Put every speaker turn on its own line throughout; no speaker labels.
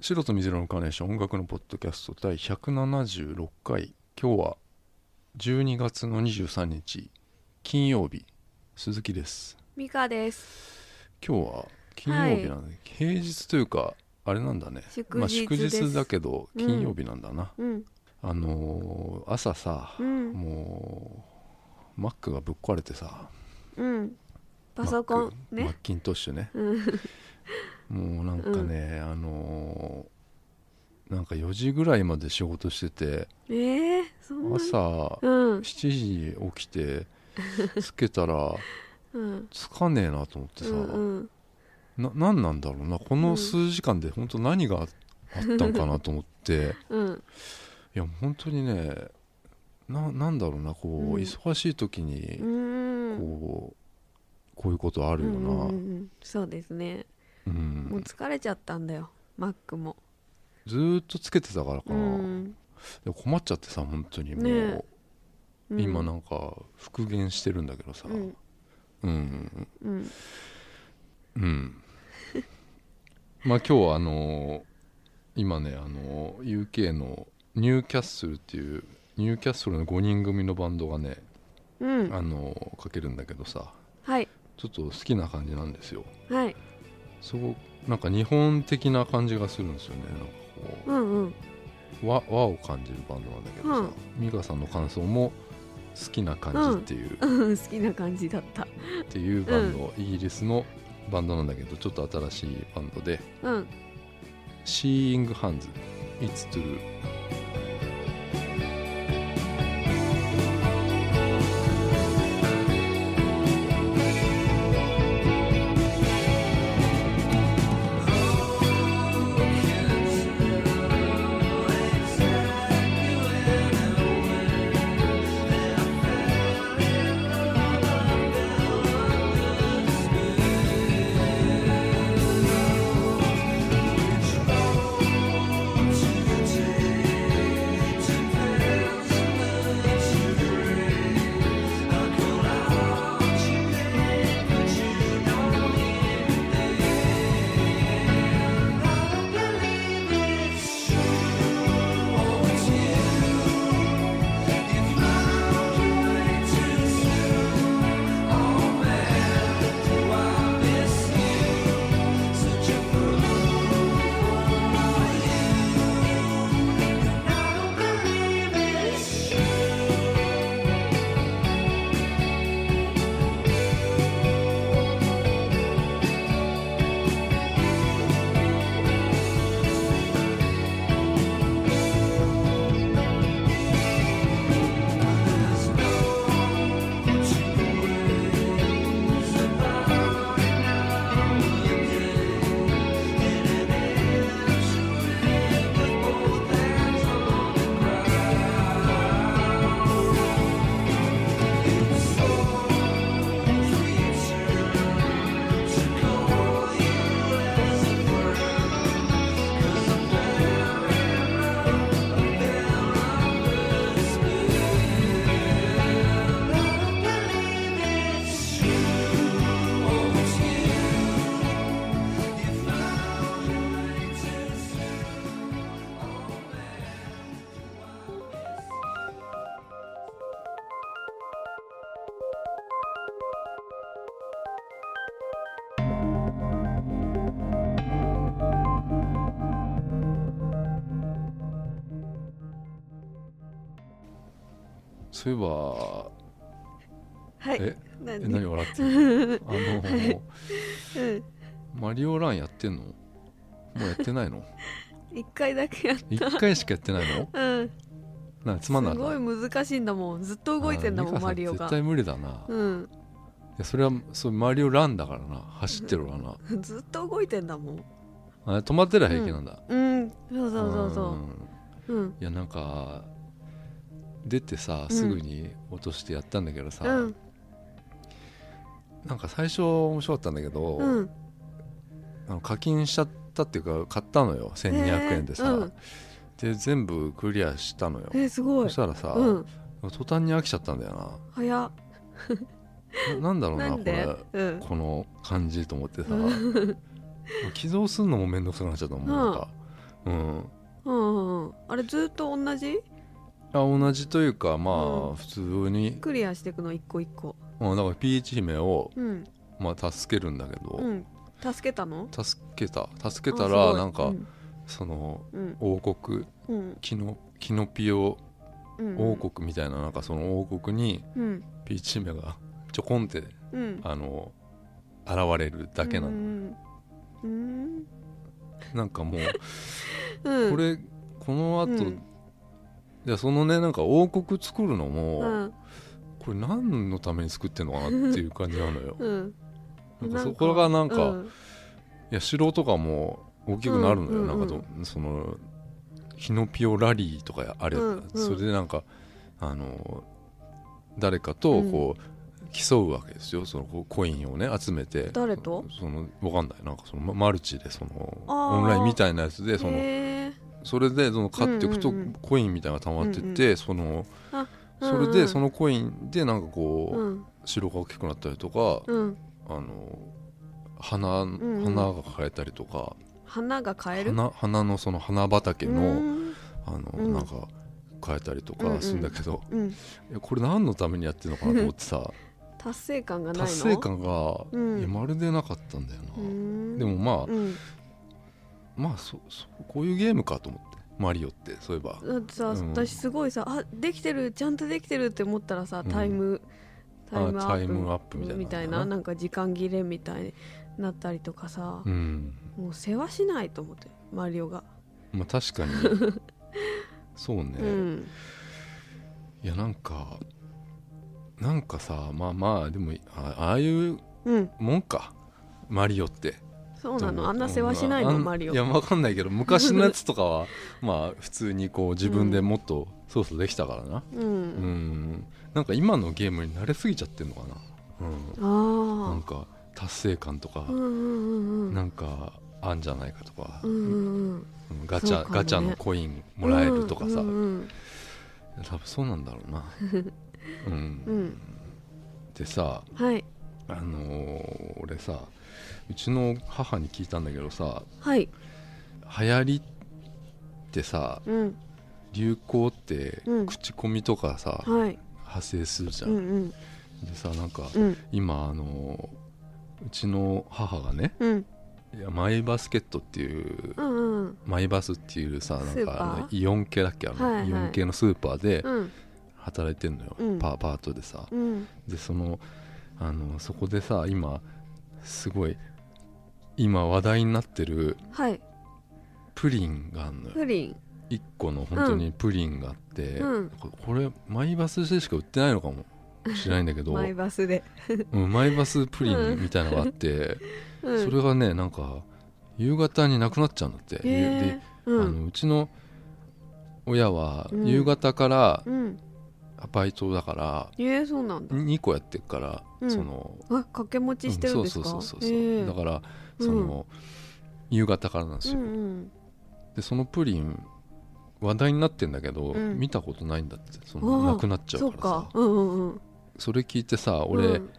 白と水色のカーネーション音楽のポッドキャスト第176回今日は12月の23日金曜日鈴木です
ミカです。
今日は金曜日なんで、平日というかあれなんだね
祝日
まあ、祝
で
日
す
だけど
うん
金曜日なんだな、
うん。
あのー朝さ、
うん。
もうマックがぶっ壊れてさ
うん。パソコン
Mac マ
ね
ッ。キントッシュね
うん。
もうなんかね、あのーなんか4時ぐらいまで仕事してて
えー、そんなに。
朝
うん。
7時に起き てつけたら
うん。
つかねえなと思って
う
さ、
んうん。
な何なんだろうなこの数時間で本当何があったんかなと思って
うん。
いや本当にねななんだろうなこう、
うん
忙しい時
う
に
ん。
こうこういうことあ
う
るよ
ん
な、
うんうん。そうですね。
うん
もう疲れちゃったんだよ。マックも。
ずーっとつけてたからか
う
な、
ん。
でも困っちゃってさ本当にもう、
ねうん
今。なんか復元してるんだけどさ、
うん。
うん
うん。
うん まあ今日はあのー今ねあのー UK のニューキャッスルっていうニューキャッスルの5人組のバンドがね、
うん。
あのーかけるんだけどさ
はい。
ちょっと好きな感じなんですよ
はい。
すごくなんか日本的な感じがするんですよねなんかこ
うんうん。
う和和を感じるバンドなんだけどさ、美香さんの感想も好きな感じっていう、
うん好きな感じだった。
っていうバンド、イギリスのバンドなんだけどちょっと新しいバンドで
うん。
「Seeing Hands It's True」そういえば
はい。
え
な
え
ん
何
で。
笑 ってんのあのー
うん。
マリオランやってんのもうやってないの
一回だけやっ
一回しかやってないの
た。うん。
なんかつまんな
す
か
ご
っ
い難しいんだもん。ずっと
た
動いてんだ
あ
も
ー
ん、マリオ
美香
が
さん。絶対無理だな、い
うん。
やそれはそうマリオランだからな走ってるわな、
ずっと動いてんだもん。
あれ止まってりゃ平気なんだ、
うん、そうそうそうそ
ん
う。うん。
いやなんか出てさすぐに落としてやったんだけどさ、
うん。
なんか最初面白かったんだけど、
うん。
あの課金しちゃったっていうか買ったのよ1200円でさ、
えーうん
で全部クリアしたのよ
えー、すご
そ
い
し。たらさ、
うん。
途端に飽きちゃったんだよ
早っ。
なななんだろうな
なん
これ
でうん。
この感じと思ってさ寄贈するのも面倒くさくなっちゃったもんなんかうん
うんうんうんあれずっと同じ
あ同じというかま
うん
あ普通に、
クリアしていくの一個一個
うん、だからピーチ姫を、
うん
まあ、助けるんだけど、
うん助けたの
助けた助け
あ
た
すご
ら
い
なんか、
うん
その
うん
王国
うん
キノキノピオ
うん
王国みたいな,、なんかその王国に
うん
ピーチ姫がちょこんって
うん
あの現れるだけなの、
うんうん
なんかもう
うん
これこの後、
うん
じゃそのねなんか王国作るのも、
うん
これ何のために作ってんのかなっていう感じなの よ
うん
なんかそこがなんか、
う
いや城とかも大きくなるのよ、
うん
なんかどそのヒノピオラリーとかあれ、
うんうん
それでなんかあの誰かとこう、競うわけですよそのこうコインをね集めて
誰と
そのわかんないなんかそのママルチでその
あー
オンラインみたいなやつでその
へー
それでその買っていくと
うんうんうん
コインみたいなのが溜まってって、その
あ
それでそのコインでなんかこう、
うん
城が大きくなったりとか、
うん
あの花
ん
花が変えたりとか、
花が買える
花花のその花畑の、
うん
あの、
うん
なんか変えたりと
うんう
か
ん
するんだけど、
うん
いやこれ何のためにやってるのかなと思ってさ
達成感 がないの
達成感が、
うん
いやまるでなかったんだよな、
うん
でもまあ、
うん
まあそそこういうゲームかと思ってマリオってそういえば、
だってさ、
うん
私すごいさあできてるちゃんとできてるって思ったらさ
うん
タイム、タイムアップ
あタイムアップみたいな
みたいななんか時間切れみたいになったりとかさ
う、ん
もう世話しないと思ってマリオが、
まあ確 かにそうね、
うん
いやなんかなんかさまあまあでもあああいう
うん
もんかマリオって
そうな
でも
のあんな世話しないの
あん
マリオ
いやわかんないけど昔のやつとかは まあ普通にこう自分でもっと操作できたからな
う
うん
ん、
なんか今のゲームに慣れすぎちゃってんのかなうんなん
あ
か達成感とか
あうんうんうんうん
なんかあんじゃないかとか、
うんうんうん
うんガチ
そう
ャ、
かもね
ガチャのコインもらえるとかさ、
うんうん
多分そうなんだろうなうん、
うんうん
でさ
はい
あのー俺さうちの母に聞いたんだけどさ
はい
流行りってさ
うん
流行って
うん
口コミとかさ、
はい
派生するじゃ、
うんんうん
でさなんか
うん
今あのーうちの母がね
うん
いやマイバスケットっていう、
うんうん
マイバスっていうさな
ス
ん
ーパ
か
ー
あのイオン系だっけあの、
はいはい
イオン系のスーパーで
うん
働いてんのよ、
うん
パパートでさ、
うん
でそのあのそこでさ今すごい今話題になってる
はい
プリンがあるのよ
プリン
1個の本当にプリンがあって、
うん
ここれマイバスでしか売ってないのかもしれないんだけど
マイバスで、
うんマイバスプリンみたいなのがあって、
うん、
それがねなんか夕方になくなっちゃうんだって、
へー
で、
う
あ
ん
のうちの親は
うん
夕方から
うん
バイトだから
えー、そうなんだ
2個やってるから、
うん
その
あ掛け持ちしてるんですか、
うんそうそうそうそう、
えー
だから
うん
その、夕方からなんです
う
よ、
ん
でそのプリン話題になってんだけど、
うん
見たことないんだってそ
わあ
のなくなっ
う
ち
ん
ゃ
そうう
から
か
さそ
うんうんうん
れ聞いてさ俺、
うん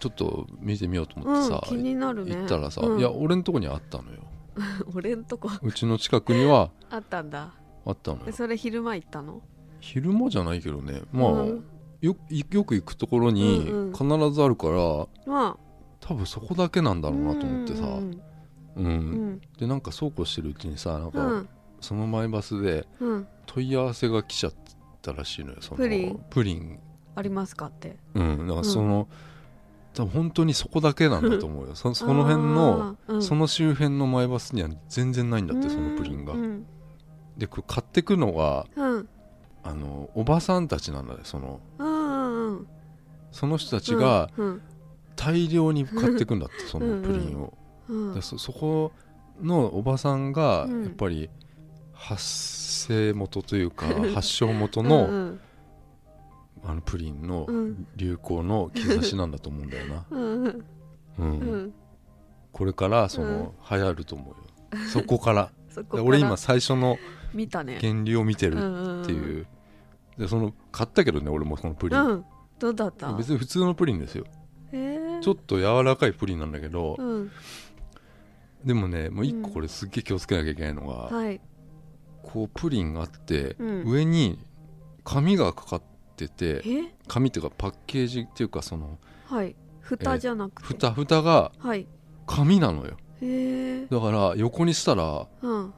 ちょっと見てみようと
う
思ってさ、、
ん気になるね
行ったらさ、
うん
い や俺のとこにあったのよ
俺んとこ
うちの近くには
あったんだ
あったの
え
よ
それ昼間行ったの
昼間じゃないけどねまあ、
うん
よよく行くところに
うんうん
必ずあるから、
まあ
多分そこだけなんだ
だ
ろうなと思ってさ、
う
うん
んうん
でなんかそうこうしてるうちにさなん
う
か、
ん
そのマイバスで
うん、うん、
問い合わせが来ちゃったらしいのよその
プリン
プリン
ありますかって
うんだからその、多分本当にそこだけなんだと思うよそその辺の、
あーうん、
その周辺のマイバスには全然ないんだってそのプリンが、
うん
でこれ買ってくのが
うんうん
あのおばさんたちなんだよその
うんうん
その人たちが
うん
大量に買ってくんだ ってそのプリンを
うん
でそそこのおばさんが
うん
やっぱり発生元と いうか発祥元
うん
の、
うん
あのプリンの
うん
流行の兆しなんだと思うんだよな、
うんうん
うん
うん
これからその、流行ると思うよそこから
そ こから
俺今最初の
見たね
源流を見てる
っ
っていう、でその買ったけどね俺もそのプリ
う
ン、
んどうだった
別に普通のプリンですよ
え
ちょっと柔らかいプリンなんだけど、
うん
でもねもう一個これすっげえ気をつけなきゃいけないのが、
はい
こうプリンがあって、
うん
上に紙がかかってて
え
紙っていうかパッケージっていうかその
はい蓋じゃなくて、
蓋蓋が
はい
紙なのよ
へえ
だから横にしたら
うん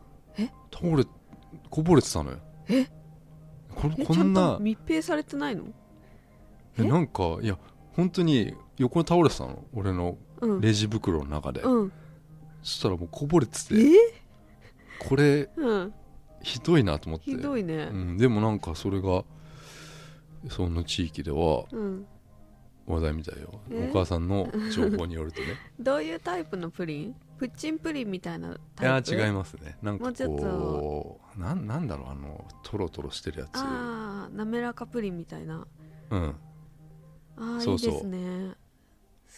倒れこぼれてたのよ
え
こ
え
こ
ちゃ
ん
ん
な
と密閉されてないの
え
え
なんかいや本当に横に倒れてたの俺の
うん
レジ袋の中で、
うん
そしたらもうこぼれてて
え
これ
うん
ひどいなと思って
ひどいね
うん、でもなんかそれがその地域では
うん
話題みたいよ
え
お母さんの情報によ るとね
どういうタイプのプリンプッチンプリンみたいない
や
タイプ
ー違いますねなん
も
か
うちょっ
こうなんなんだろうあのトロトロしてるやつ
ああ滑らかプリンみたいな
うん
ああい
そう
い
そう
ですね好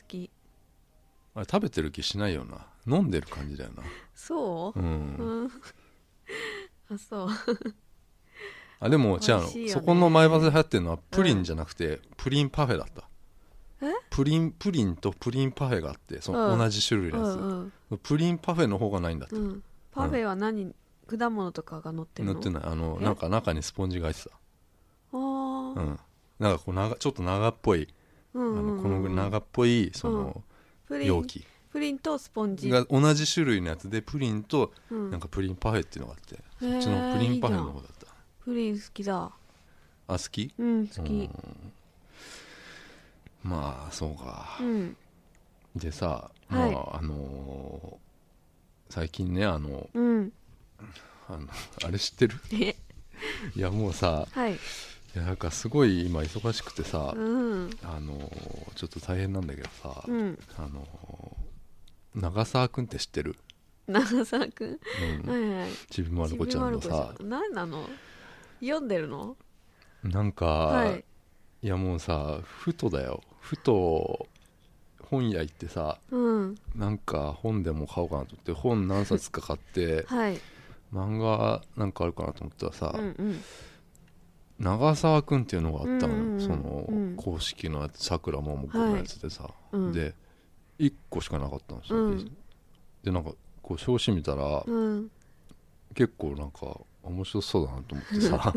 き
あれ食べてる気しないよな飲んでる感じだよな
そう
う
うんん あそう
あでもじゃあ
美味しいよね
そこの前バズ流行ってるのはプリンじゃなくてプリンパフェだった
え
プリンプリンとプリンパフェがあってそ
う
の
ん
同じ種類
う
のや
んうん
つプリンパフェの方がないんだって
うんパフェは何果物とかが乗ってる
塗
の
って
ない
ないあの
え
なんか中にスポンジが入ってた
あー
うんなんかこう長ちょっと長っぽい
うん
あ
うんう
の
ん
このぐらい長っぽいその
プリン
容器
プリンとスポンジ
が同じ種類のやつでプリンと
うん
なんかプリンパフェっていうのがあって
へ
そ
ー
っちのプリンパフェの
いい
方
じゃん
だった
プリン好きだ
あ好き
うん好
う
き
んまあそうか
うん
でさま
はい
ああのー最近ねあの
うん
あのあれ知ってる
え
いやもうさ
はい
いやなんかすごい今忙しくてさ
うん
あのーちょっと大変なんだけどさ
うん
あのー長澤君って知ってる、
長澤くん
うん
はいはい
ちびまる子ちゃんの
ちびま
さ
る子ちゃん何なの読んでるの
なんか、
はい
い、やもうさふとだよふと本屋行ってさ
うん
なんか本でも買おうかなと思って本何冊か買って
はい
漫画なんかあるかなと思ったらさ、
うんうん
長澤君っていうのがあったのよ、
うんうんうん
そ
うん
の公式のやつさくらももこのやつでさ、
うん
で1個しかなかったんですよ、
うん
でなんかこう表紙見たら、
うん
結構なんか面白そうだなと思って さ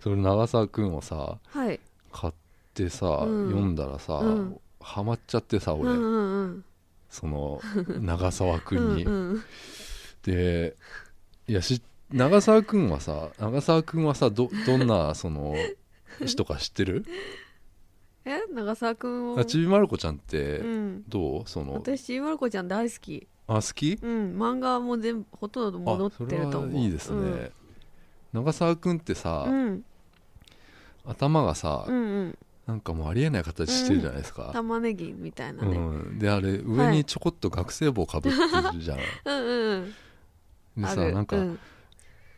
それ長澤君をさ
はい
買ってさ、
うん
読んだらさ、
うん
ハマっちゃってさ
うん
俺、
うん
その長澤
うん
君に。
うんうん
でいやし長澤君はさ長澤君はさどどんなその人か知ってる
え長澤くんを
あちびまる子ちゃんっ
う
て
ん
どうその
私ちびまる子ちゃん大好き
あ好き
うん漫画も全部ほとんど戻
あ
っ
そ
て
れ
ると
は
思う
いいですね、長澤君ってさ、
うんうん
頭がさ、
うんうん
なんかもうありえない形してるじゃないですか、
玉ねぎみたいな
う
ね
ん、であれ上にちょこっと学生帽かぶってるじゃん、
うんうんう
で
ん あ
さ
る
なんか、
うん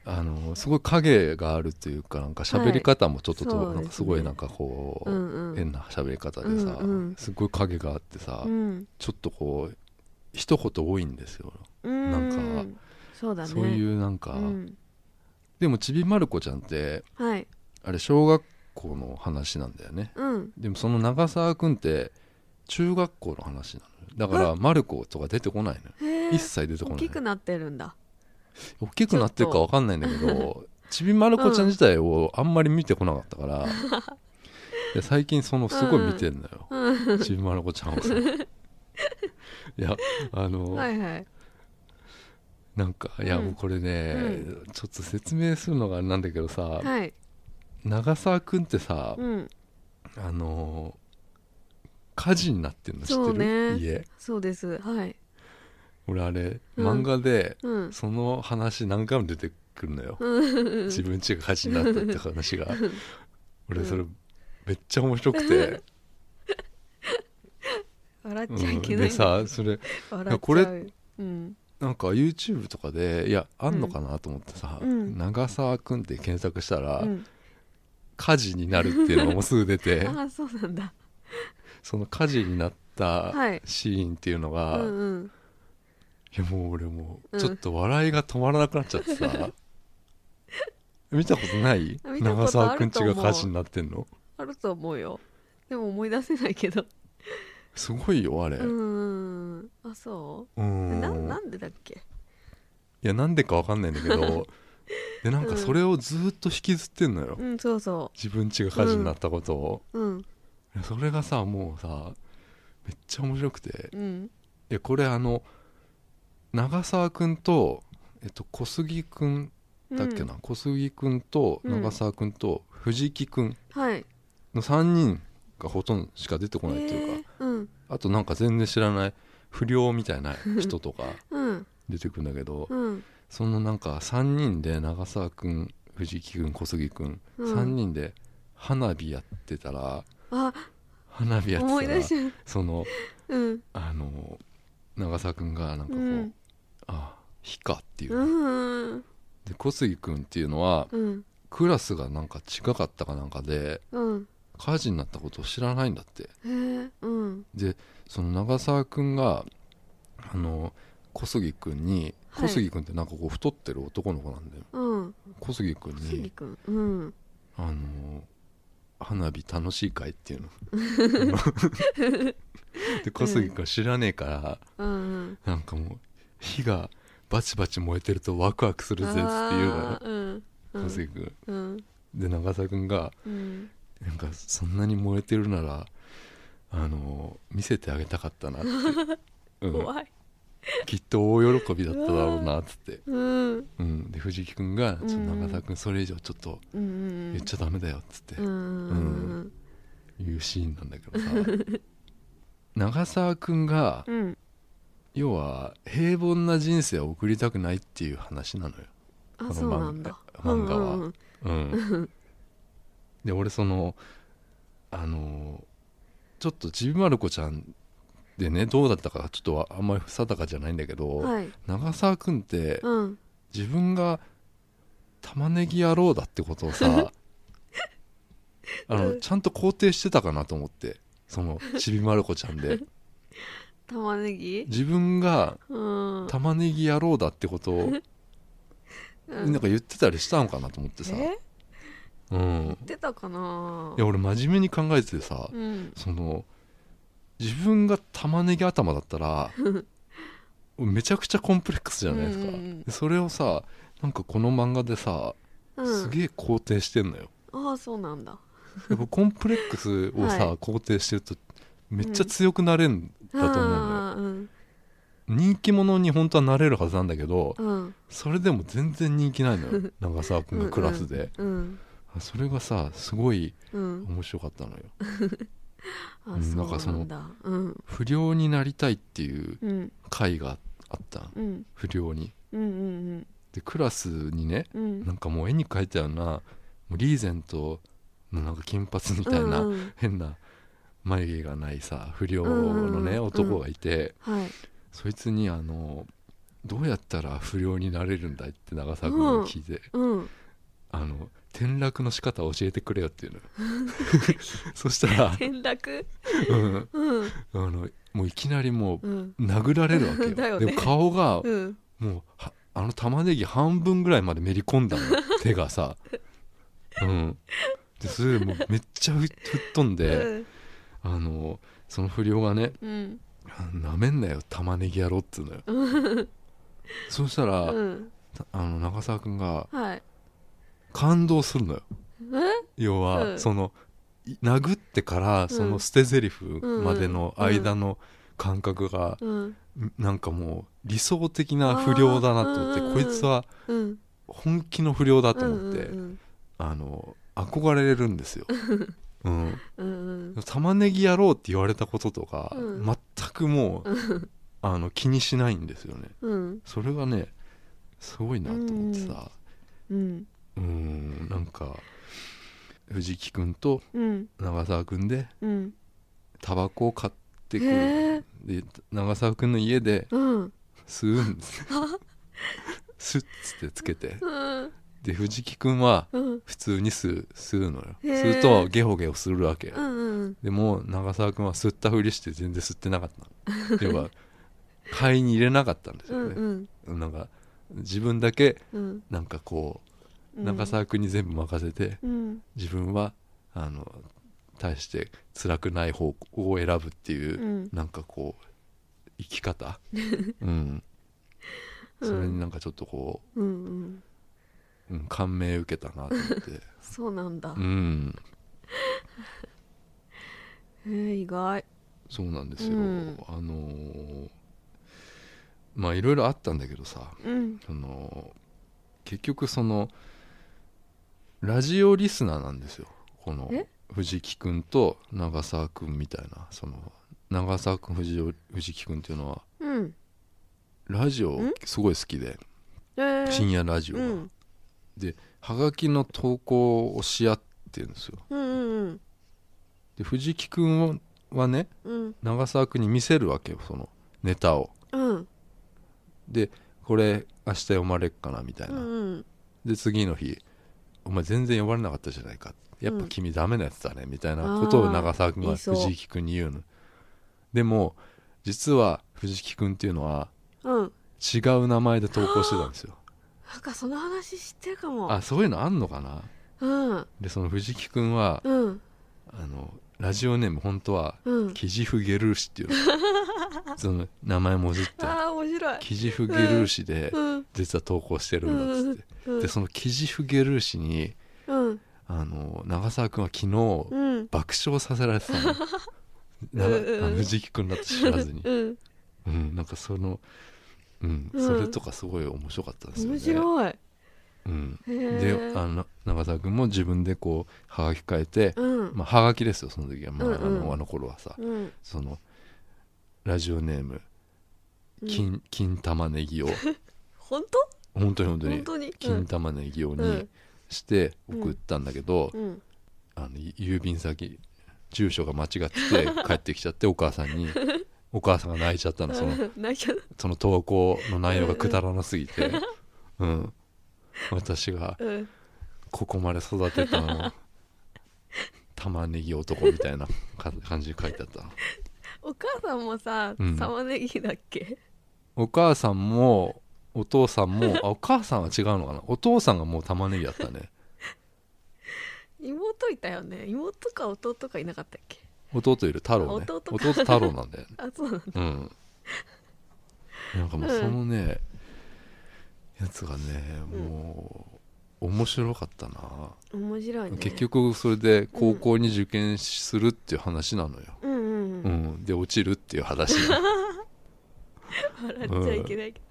あのすごい影があるというかなんか喋り方もちょっとと、
はいそうですね
なんかすごいなんかこう、
うんうん
変な喋り方でさ、
うんうん
すごい影があってさ、
うん
ちょっとこう一言多いんですよ、
うん
なん
そうだね
そういうなんか、
うん
でもちびまる子ちゃんって
はい
あれ小学校の話なんだよね
うん
でもその長澤君って中学校の話なのよだからまる子とか出てこないのよ
へー
一切出てこな
大
い
きくなってるんだ
大きくなってるかわかんないんだけどちびまる子ちゃん自体をあんまり見てこなかった から、で最近そのすごい見てんだよ、ちびまる子ちゃんを さいやあの、
はいはい
なんかいや
うん
もうこれね、ちょっと説明するのがあれなんだけどさ、
はい
長澤君ってさ、
うん
あの火事になってんの知
そ
っ
う
てる、
ね
家
そうですはい
俺あれ
うん
漫画で
うん
その話何回も出てくるのよ、
うん
自分家が火事になったって話 が俺それめっちゃ面白くて、
笑
う
っちゃい
ん、
けない
でさそれ
笑っちゃう
これ
うん
なんか YouTube とかでいやあんのかなと思ってさ「
うん
長澤君」って検索したら、
うん
火事になるっていうのがもうすぐ出て
ああそうなんだ
その火事になった
はい
シーンっていうのが、
うん
い、
うん
やもう俺もう
う
んちょっと笑いが止まらなくなっちゃって さ見たことない
見たことあると思う
長澤君ちが火事になってんの
あると思うよでも思い出せないけど
すごいよあれ、
うんうんうんあそううなんなんでだっけ
いやなんでかわかんないんだけどでなんかそれをずっと引きずってんのよ、
うんそうそ
自分家が火事になったことを、
ううん
いやそれがさもうさめっちゃ面白くて
うん
いやこれあの長澤君と、えっと、小杉君だっけな、小杉君と
うん
長澤君と藤木君
うんはい
の3人がほとんどしか出てこないというか、
えーうん
あとなんか全然知らない不良みたいな人とか
うん
出てくるんだけど、
うん
そのなんか3人で長澤君藤木君小杉君、
うん
3人で花火やってたら
あ
花火やって
思い
た
出
ら
しちゃう
その
うん
あの長澤君がなんかこう、
うん
あ火かっていう、
うん
で小杉君っていうのは
うん
クラスがなんか近かったかなんかで
うん
火事になったことを知らないんだって
へえうん
でその長澤君があの小杉君に
は
小
い
杉君ってなんかこう太ってる男の子なんだよ、
うん
小杉君
すぎ
に
くんうん
「あの花火楽しいかい?」っていうの で小杉君は知らねえから、
うんうん
なんかもう火がバチバチ燃えてるとワクワクするぜっていうのよ
あーうんうん
小杉君
うん
で長澤君が
うん
なんかそんなに燃えてるならあの見せてあげたかったな って、うん、
怖い
きっと大喜びだっただろうなっつって、
うんうん
うん、で藤木君が「ちょっと
うん
長澤君それ以上ちょっと
うんうん
言っちゃダメだよ」っつって
うんうん
いうシーンなんだけどさ 長澤君が
うんうん
要は平凡な人生を送りたくないっていう話なのよ。
あ
の
そうなんだ
漫画は
うんうん
うん、で俺そのあのちょっとちびまる子ちゃんでねどうだったかちょっとはあんまり定かじゃないんだけど、
うんはい
長澤君って
うん
自分が玉ねぎ野郎だってことを さあ
う
の
ん
ちゃんと肯定してたかなと思ってそのちびまる子ちゃんで
玉ねぎ
自分が
うん
玉ねぎ野郎だってことを
うん
なんか言ってたりしたのかなと思ってさ、
え
うん、
出たかない
や俺真面目に考えててさ、
うん
その自分が玉ねぎ頭だったらめちゃくちゃコンプレックスじゃないですか、
うんうんうん
でそれをさなんかこの漫画でさ、
うん
すげえ肯定してんのよ
ああそうなんだ
やっぱコンプレックスをさ、
はい
肯定してるとめっちゃ強くなれるんだと思うのよ、
あーうん
人気者に本当はなれるはずなんだけど
うん
それでも全然人気ないの よ長澤君がクラスで、
うん
それがさすごい
うん
面白かったのよ
あ
うん
そう
なんかその
なんだうん
不良になりたいっていう
うん
回があったの
うん
不良に
うんうん
でクラスにね
うんうん
なんかもう絵に描いたようなもうリーゼントのなんか金髪みたいな、
うんうん
変な眉毛がないさ不良のね、
うんうんうん
男がいて、
はい
そいつにあのどうやったら不良になれるんだいって長澤君が聞いて、
うん
あの転落の仕方教えてくれよっていうの そしたら、
転落
うん、
うん
あのもういきなりも
うん
う殴られるわけよ
だよね
でも顔が
うん
もうはあの玉ねぎ半分ぐらいまでめり込んだのよ 手がさうんでそれでもうめっちゃふ吹っ飛んで、あのその不良がね
うん
「なめんなよ玉ねぎやろ」っつうのよ
うん
そうしたら、
うん
たあの長澤君が
はい
感動するのよ
え
要は、
うん
そのい殴ってからその捨て台詞までの間の感覚が、
うん
なんかもう理想的な不良だなと思って、
あーうんうん
こ
うん
いつは
うん
本気の不良だと思って、
うん
あの憧れるんですよ、うん、
うんうん
玉ねぎやろうって言われたこととか、
うん
全くもう、あの気にしないんですよね
うん
それがねすごいなと思ってさ
うん
うんなんか藤木君と
うん
長澤君で
うん
タバコを買ってくる
へえ
で長澤君の家で
うん
吸うんですス ッつってつけて
うん
で藤木君は
うん
普通に吸う吸うのよ
へー
するとゲホゲホするわけよ
うんうん
でも長澤君は吸ったふりして全然吸ってなかったの要は肺に入れなかったんです
う
よ
ん
ね、
うん
なんか自分だけ
うん
なんかこう
うん
長澤君に全部任せて
うん
自分はあの対して辛くない方向を選ぶっていう、
うん
なんかこう生き 方、うん、それになんかちょっとこ
うんうん
う、うん、感銘受けたなと思って
そうなんだ、
うん
へえ意外
そうなんですよ、
うん
あのーまあいろいろあったんだけどさ
うん
その結局そのラジオリスナーなんですよこの
え
藤木君と長澤君みたいなその長澤君藤尾藤木君っていうのは
うん
ラジオ
ん
すごい好きで
えー、
深夜ラジオ
う
が、
ん
はがきの投稿をし合ってるんですよ
うんうん
で藤木君はね
うん
長澤君に見せるわけよそのネタを
うん
でこれ明日読まれっかなみたい
うん
な、
うん
で次の日「お前全然呼ばれなかったじゃないか」やっぱ君ダメなやつだね、みたいなこと
あ
を
ー
長澤君
言
が
いそう
藤木君に言うのでも実は藤木君っていうのは
うん
違う名前で投稿してたんですよ
なんかその話知ってるかも
あそういうのあんのかな
うん
でその藤木君は
うん
あのラジオネーム本当は
うん
キジフゲルーシっていう のその名前もじって
ああ面白い
キジフゲルーシで
うん
実は投稿してるんだっつって、
うん
でそのキジフゲルーシに
うん
あの長澤君は昨日
うん
爆笑させられ てたのなあ
うんうん
の藤木君だと知らず に、
うん
うん、なんかその、うん、
うん
それとかすごい面白かったですよね
面白い
うん、
へえ
であの長澤君も自分でこうはがき変えて、
うん
まあ、はがきですよその時は、まあ
うんうん
あのあの頃はさ
うん
そのラジオネーム
うん
金金玉ね ぎを
本当
本当に本当に
本当に
金玉ねぎを
うんう
に
ん
して送ったんだけど、
うん
あの郵便先住所が間違ってて帰ってきちゃってお母さん にお母さんが泣いちゃったのその
泣いちゃう
その投稿の内容がくだらなすぎ て、うん、私が
うん
ここまで育てたの玉ねぎ男みたいなか感じで書いてあった
お母さんもさ
うん
玉ねぎだっけ
お母さんもお父さんもあお母さんは違うのかなお父さんがもう玉ねぎだったね
妹いたよね妹か弟かいなかったっけ
弟いる太郎ね
弟か
太郎なんだよね
あそうなんだ
うんなんかもう
うん
そのね、やつがね
うん
もう面白かったな、
面白いね
結局それで高校に受験するっていう話なのよ、
うんうん
う
うん
んで落ちるっていう話なの
笑っちゃいけないけど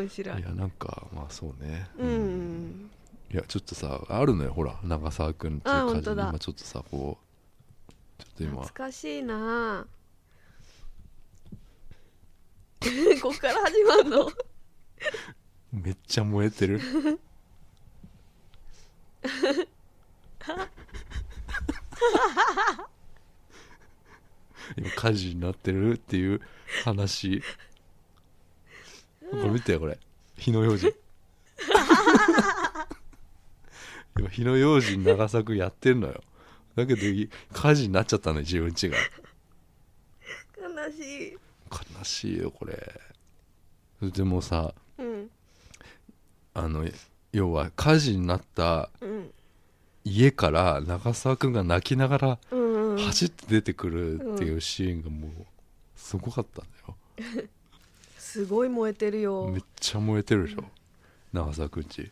面白
い
い
やなんかまあそうね、
うんうん
いやちょっとさあるのよほら長澤君ってい
あ
う
本
感じ
当
で
だ
今ちょっとさこうちょっと今
懐かしいな ぁここから始まるの
めっちゃ燃えてる今火事になってるっていう話これ見てよこれ火の用心今火の用心長作やってんのよだけどい火事になっちゃったね自分ちが
悲しい
悲しいよこれでもさ
うん
あの要は火事になった
うん
家から長澤君が泣きながら
うんうん
走って出てくるっていうシーンがもうすごかったんだ
すごい燃えてる
よ
よ
めっちゃ燃えてるでしょ長澤君ち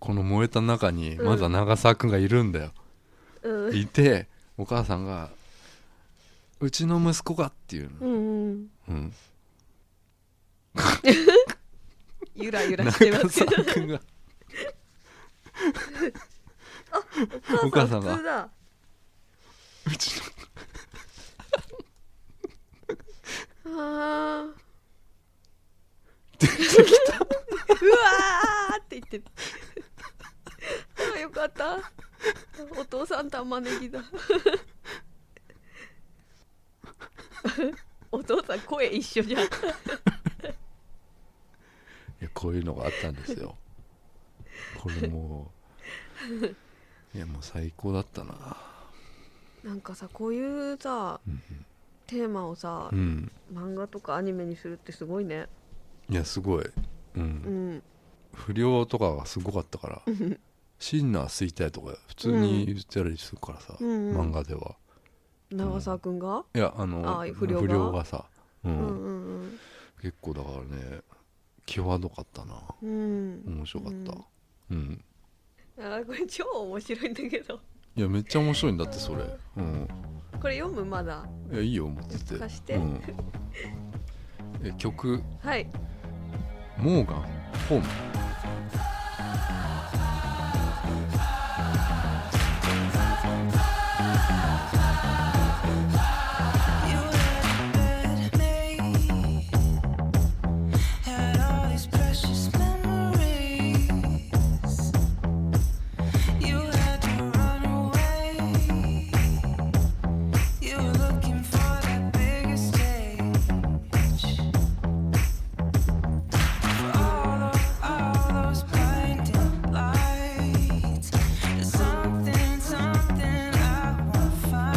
この燃えた中にまだ長澤君がいるんだよ、
うん
いてお母さんが「うちの息子が」っていう
う
の、
んうん
うん、
ゆらゆらしてま
長
すけど
澤君が
お
お母さんが
普通だ
うちの
あー
出てきた
うわーって言ってるあーよかったお父さん玉ねぎだお父さん声一緒じゃん
いやこういうのがあったんです よこれもういやもう最高だったな
なんかさこういうさ
うん
テーマをさ
う、ん
漫画とかアニメにするってすごいね
いやすごい、うん
うん
不良とかがすごかったからシンナー衰退とか普通に言ってたりするからさ、
うんうん
漫画では
長澤くんが、
いやあの
あ不良が
さ、う
うんん、うんうん
結構だからね際どかったな
うん
面白かったうん、
うんあーこれ超面白いんだけど
いやめっちゃ面白いんだってそれうん
これ読むまだ
いやいいよ持ってて
貸して
うん、え曲
はい
「モーガン本」
You had me, had all these precious memories. You had to run away. You were looking for that bigger stage. For all all those blinding lights, there's something, something I won't find.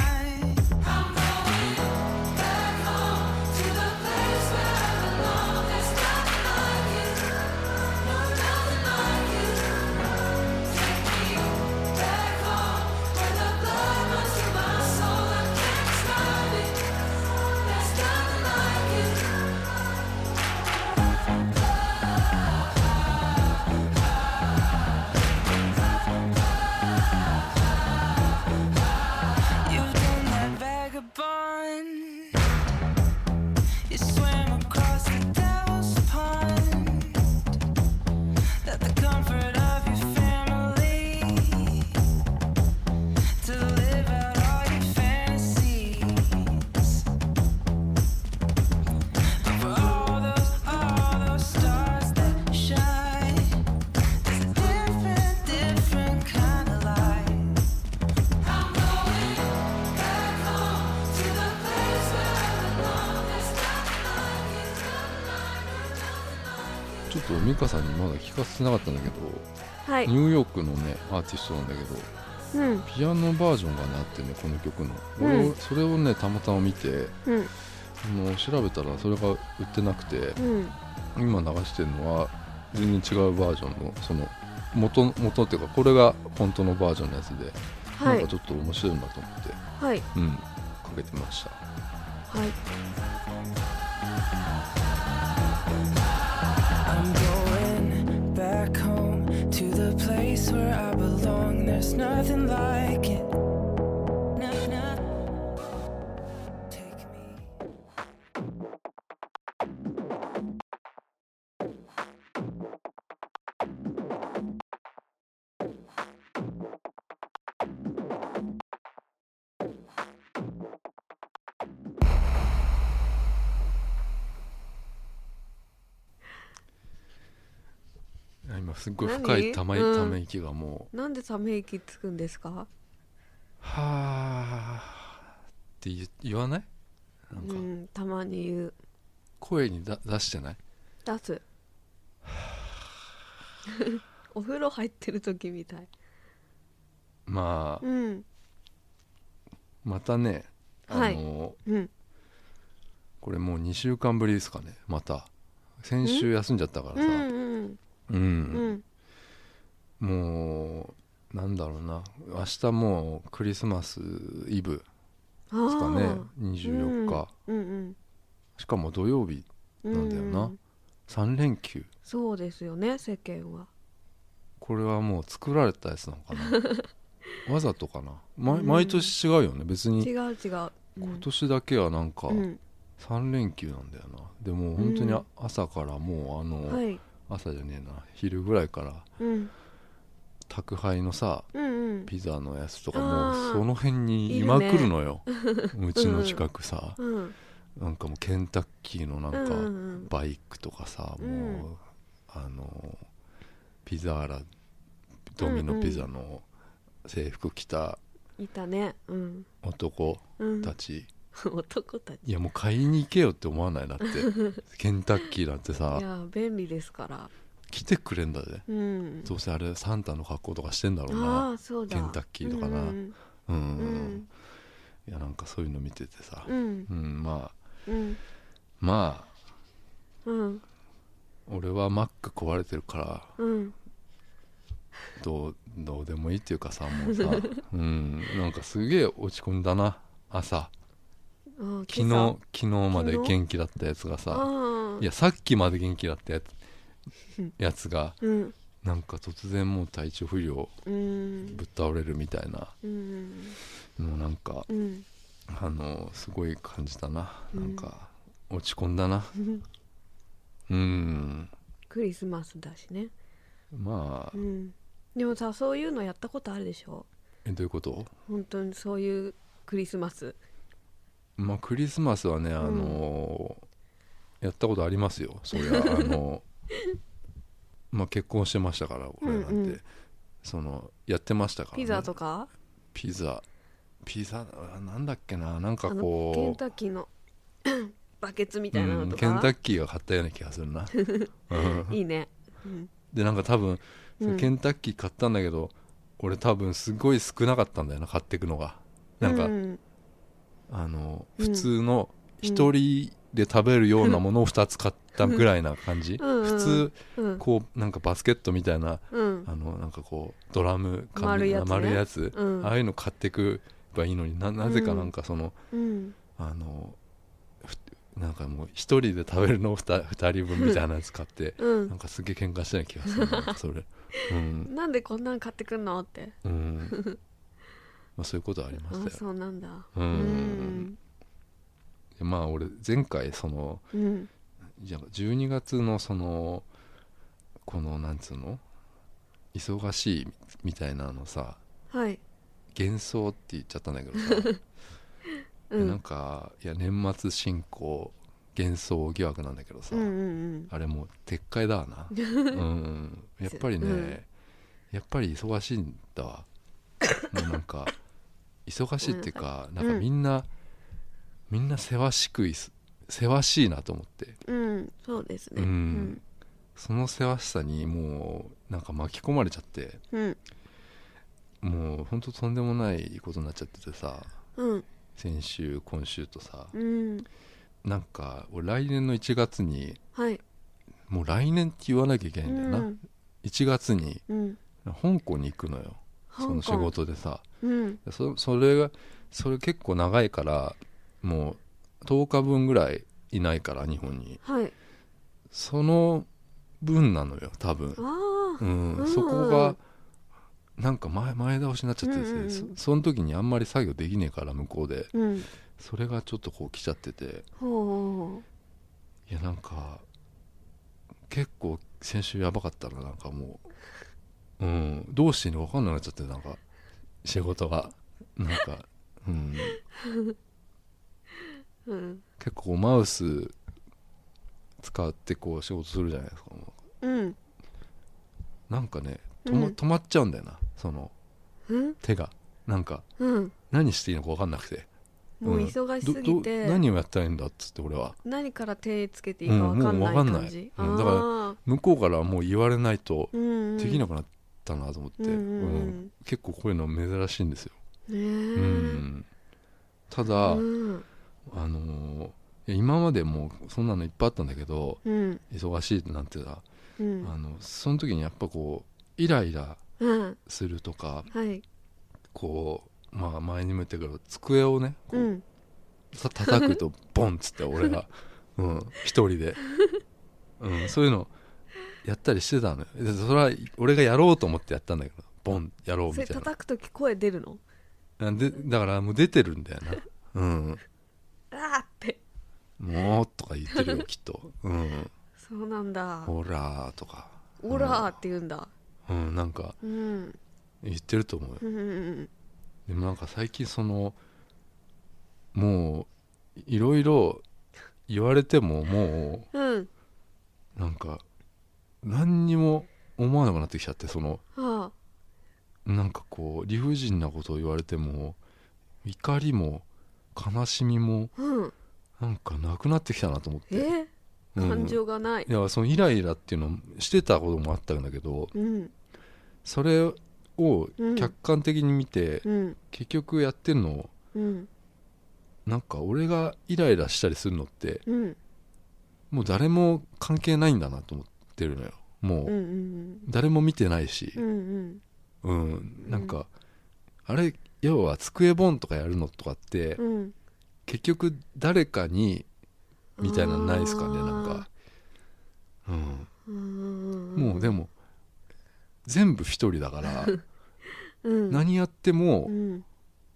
You done that vagabond. You swam across the devil's pond. Let the comfort of your family to live out all your fantasies. But for all those, all those stars that shine, there's a different, different kind of light.
ちょっと美香さんにまだ聞かせてなかったんだけど
はい
ニューヨークのねアーティストなんだけど
うん
ピアノバージョンがねあってねこの曲の、
うん
俺をそれをねたまたま見て
うん
あの調べたらそれが売ってなくて
うん
今流してるのは全然違うバージョンのその元元っていうかこれが本当のバージョンのやつで、
は
なん
い
かちょっと面白いなと思って、
はい
うん、かけてみました
はい
I'm going back home to the place where I belong. There's nothing like it. No, no. Take me.
今すっごい深いたまい
何
ため息がもう
なんでため息つくんですか
「はあ」って言言わないなん
う
か
んたまに言う
声にだ出してない
出 すお風呂入ってる時みたい
まあ
うん
またねあの、
はいうん
これもう2週間ぶりですかねまた先週休んじゃったから
う
さ
んうん
うん、
うん
もうなんだろうな明日もうクリスマスイブ
あ
ですかね
ー
24日、
うんうん
しかも土曜日
う
なんだよな
う
3連休
そうですよね世間は
これはもう作られたやつなのか なわざとかな、ま
うん
毎年違うよね別
違
に
う違う
今年だけはなんか
うん
3連休なんだよなでも本当にあ朝からもうあ
う
の、
んはい
朝じゃねえな昼ぐらいから
うん
宅配のさ
うんうん
ピザのやつとか
あ
も
ー
うその辺に
いる
い
ね
まくるの ようちの近くさ、
うん
なんかもうケンタッキーのなんか
うんうんうん
バイクとかさ、
うん
もうあのピザーラドミノピザの制服着た
いたねうん
男
うん
たち、
男たち
いやもう買いに行けよって思わない なってケンタッキーなんて
い
さ
や便利ですから
来てくれんだぜ
うん
どうせあれサンタの格好とかしてんだろう
あ
な
あそうだ
ケンタッキーとかな
うん
うん、
うんうん
いやなんかそういうの見ててさ、
うん
うん、まあ
うん
まあ
うん
俺はマック壊れてるから
うん
どうどうでもいいっていうかさもう さ、うん、なんかすげえ落ち込んだな朝
うん
昨日
今朝
昨日まで
昨日
元気だったやつがさ
ああ
いやさっきまで元気だったやつやつが
うん
なんか突然もう体調不良
うん
ぶっ倒れるみたいな
うん
のなんか
うん
あのすごい感じたな
うん
なんか落ち込んだなうん
クリスマスだしね
まあ
うんでもさそういうのやったことあるでしょ
えどういうこと
本当にそういうクリスマス
まあクリスマスはねあのやったことありますよそりゃあの まあ結婚してましたからこれなんて、
うんうん
そのやってましたから、ね、
ピザとか
ピザピザあなんだっけななんか
あのケン
こう
タッキーの バケツみたいなの
うん
と
ケンタ
か
ッキーが買ったような気がする な、うん
いいねうん
でなんか多分、
うん
ケンタッキー買ったんだけど俺多分すごい少なかったんだよな買ってくのがなんか、
うん
あの
うん
普通の一人で食べるようなものを2つ買ったぐらいな感じ、
うん
普通
うん
こうなんかバスケットみたいな
うん
あのなんかこうドラム紙
丸いやつね
丸いやつ、
うん
ああいうの買ってくばいいのにななぜかなんかその、
うん
あのふなんかもう一人で食べるのを 2, 人分みたいなやつ買って
うん
なんかすげえ喧嘩したような気がするななんか それうん、
なんでこんなん買ってくんのって
うんまあ、そういうことありま
あ
したよ
そうなんだ
う
うんん
でまあ俺前回その
うん
じゃあ12月のそのこのなんつうの忙しいみたいなのさ
はい
幻想って言っちゃったんだけどさ、
うん
なんかいや年末進行幻想疑惑なんだけどさ、
うんうん
あれもう撤回だわ な、うん、やっぱりね、
うん
やっぱり忙しいんだわもうなんか忙しいっていうかなんか
うん
みんな、みんなせわしくいすせわしいなと思って
うんうんそうですね
う
うんん
そのせわしさにもうなんか巻き込まれちゃって
うん
もうほんととんでもないことになっちゃっててさ
うん
先週今週とさ
うん
なんか俺来年の1月に
はい
もう来年って言わなきゃいけ
う
ないんだよな、
ん
1月に
うん
香港に行くのよ
香
その
港
仕事でさ
うん
そそれがそれ結構長いからもう10日分ぐらいいないから日本に
はい
その分なのよ多分
あ、あ
うん
うん
そこがなんか前前倒しになっちゃってですね、
うんうんうん
そその時にあんまり作業できねえから向こうで
うん
それがちょっとこう来ちゃってて
ほ
いやなんか結構先週やばかったらなんかもう、うん、どうしていいのか分かんなくなっちゃってなんか仕事がなんか、うん、
ううん
結構マウス使ってこう仕事するじゃないですかも
うん
うなんかねとま
うん
止まっちゃうんだよなその
うん
手がなんか
うん
何していいのか分かんなくて
もう
うん
忙し
ど
すぎて、
ど何をやったらいいんだっつって俺は
何から手つけていいかわかんない
うんもうわかんない
感じ、
うんだから
あ
向こうからもう言われないと
ーうんうん、
できなくなったなと思って、
うんうんうん
うん結構こういうの珍しいんですよ
ねえ
うんただ、
うん
あのーいや今までもうそんなのいっぱいあったんだけど
うん
忙しいなんてさ、
うん
あのその時にやっぱこうイライラ
うん
するとか
はい
こう、まあ、前に向いてくる机をねこ
う
う、
ん
さ叩く とボンっつって俺が、うん、一人で、うん、そういうのやったりしてたのよでそれは俺がやろうと思ってやったんだけどボンやろうみ
そ
た
れ
いな
叩くとき声出るの
なんでだからもう出てるんだよなうん
あーって
もうとか言って るよきっとうん
そうなんだ
ほらーとか
オラーって言うんだ
うんなんか
うん
言ってると思うよ
うんうん
でもなんか最近そのもういろいろ言われてもも
うん
うなんか何にも思わなくなってきちゃってその
はあ
なんかこう理不尽なことを言われても怒りも悲しみも
うん
なんかなくなってきたなと思って、
え
うん
感情がない
いやそのイライラっていうのしてたこともあったんだけど
うん
それを客観的に見て、
うん
結局やってんの
うん
なんか俺がイライラしたりするのって
うん
もう誰も関係ないんだなと思ってるのよも
うんう
うん誰も見てないし
うんうん
うん、なんかあれ要は机ボンとかやるのとかって、
うん
結局誰かにみたいなのないですかね
あー
なんかうん
うん
もうでも全部一人だから
うん
何やっても
うん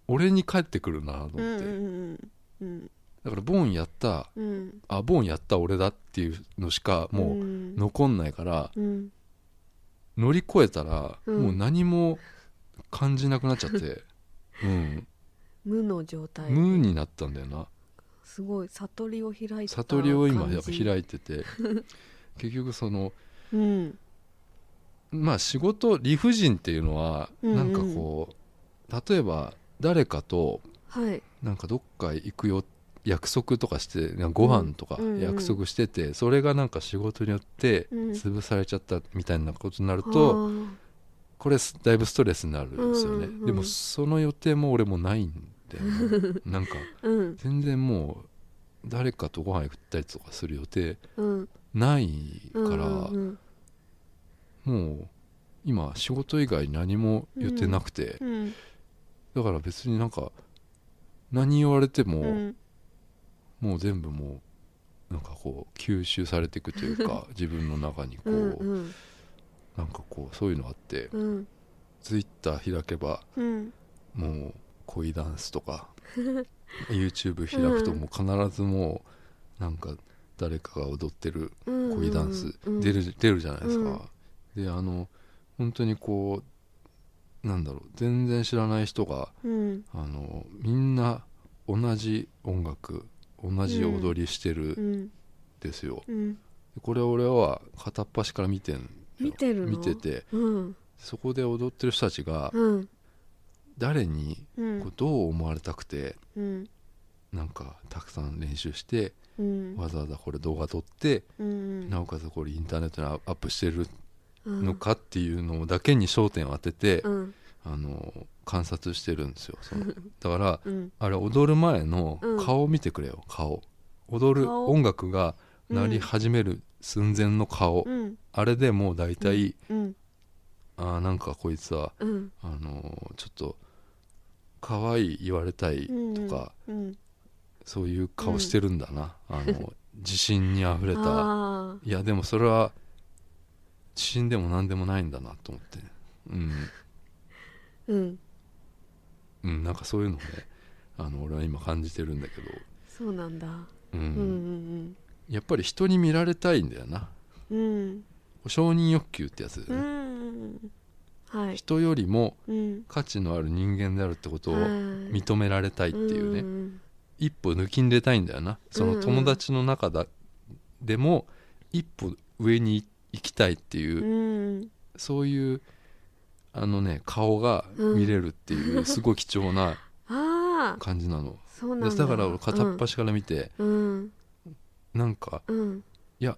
俺に返ってくるなと思って、
うんうんうん
だからボーンやった
うんうん
あボーンやった俺だっていうのしかもう
うん
残んないから、
うん
乗り越えたら
うん
もう何も感じなくなっちゃって、 うん
無の状態
無になったんだよな
すごい悟りを開いた
悟りを今やっぱ
い
開いて て結局その
うん
まあ仕事理不尽っていうのは
うんうん
なんかこう、例えば誰かと
はい
なんかどっか行くよ約束とかしてなんかご飯とか
うんうんうん
約束してて、それがなんか仕事によって
うん
潰されちゃったみたいなことになる
あ
と、
ー
これすだいぶストレスになるんですよね、
うんうんうん
でもその予定も俺もないん でなんか
うん
全然もう誰かとご飯行ったりとかする予定
うん
ない
うん
から、
うん
もう今仕事以外何も言ってなくて、
うん
だから別になんか何言われても、
うん
もう全部もうなんかこう吸収されていくという か自分の中にこう、
うんうん
なんかこうそういうのあって
うん
ツイッター開けば
うん
もう恋ダンスと か YouTube 開くともう必ずもうなんか誰かが踊ってる
うん
恋ダンス
うん
出る出るじゃないですか、であの本当にこうなんだろう全然知らない人が
うん
あのみんな同じ音楽同じ踊りしてる
うんん
ですよ、
うん
これ俺は片っ端から見てんよ
見てるの
見てて
うん
そこで踊ってる人たちが
うん
誰に
う
こうんどう思われたくて
うん
なんかたくさん練習して
うん
わざわざこれ動画撮って
うん
なおかつこれインターネットにアップしてる
うん
のかっていうのだけに焦点を当てて、
うん
あの観察してるんですよそのだから
うん
あれ踊る前の
うん
顔を見てくれよ顔踊る
顔
音楽が鳴り
うん
始める寸前の顔、
うん
あれでもう大体、
うん
ああなんかこいつは
うん
あのちょっと可愛い言われたいとか、
うん
そういう顔してるんだな、あ の自信にあふれた
あ
いやでもそれは自信でも何でもないんだなと思ってうん
ーうん
うん、なんかそういうのをねあの俺は今感じてるんだけど、
そうなんだ
うん
うんうん
やっぱり人に見られたいんだよな
うんうん
承認欲求ってやつだ
う
よね、
んはい
人よりも
うん
価値のある人間であるってことを
はい
認められたいっていうね、
ん
一歩抜きんでたいんだよなそ
うんう
の
ん
友達の中だでも一歩上に行きたいっていうう、
ん
そういうあのね顔が見れるっていうすごい貴重な
ああ
感じなの
そうな
だ
んだ
から俺片っ端から見て、
うん
なんか
うん
じゃ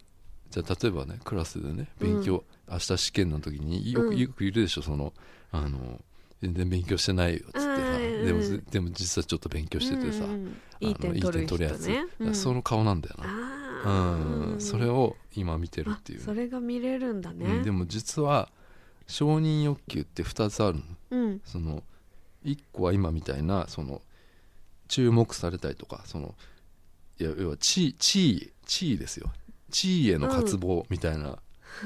あ例えばねクラスでね
うん
勉強、明日試験の時によ
う
く
ん
よくいるでしょそのあの全然勉強してないよっつって、
うん
はいでもずでも実はちょっと勉強しててさ、
うんうん
の
いい点取る人
いい点取る
ねうん
その顔なんだよな、う
あ
ん
ーうん
それを今見てる
あ
っていう
それが見れるんだ
うん
ね
でも実は承認欲求って2つあるの
うん
その1個は今みたいなその注目されたりとかそのいや要は地位地位地位ですよ地位への渇望みたいな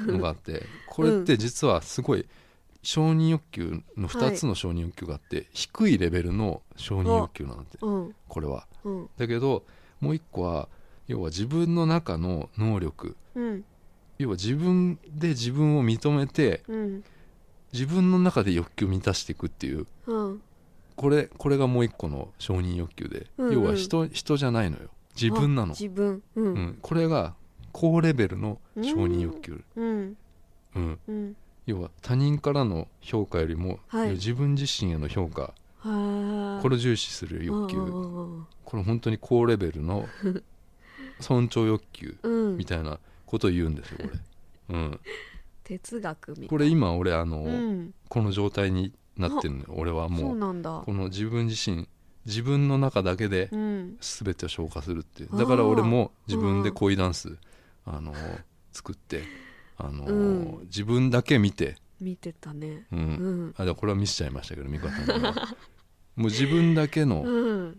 のがあって、これって実はすごい承認欲求の2つの承認欲求があって、低いレベルの承認欲求なんだって
うん
これは。
うん
だけどもう1個は要は自分の中の能力
うん
要は自分で自分を認めて
うん
自分の中で欲求を満たしていくっていう
うん
これこれがもう一個の承認欲求で、
うんうん
要は人人じゃないのよ自分な
あ
の、
自分う
うんん、これが高レベルの承認欲求、
うん
うん
うん
要は他人からの評価よりも、
は
要
い
は自分自身への評価
はあ
これを重視する欲求、
求
これ本当に高レベル の尊重欲求
うん
みたいなことを言うんですよこれ、うん、
哲学みたいな
これ今俺あの、
うん
この状態になってるのよ俺は
そう
もう
なんだ
この自分自身自分の中だけで、
うん
全てを消化するっていう
あー
だから俺も自分で恋ダンスあの作ってあの、
うん
自分だけ見て、
見てたね
うん
うん
あだからこれは見せちゃいましたけど美香さ んにはもう自分だけの、
う
も
ん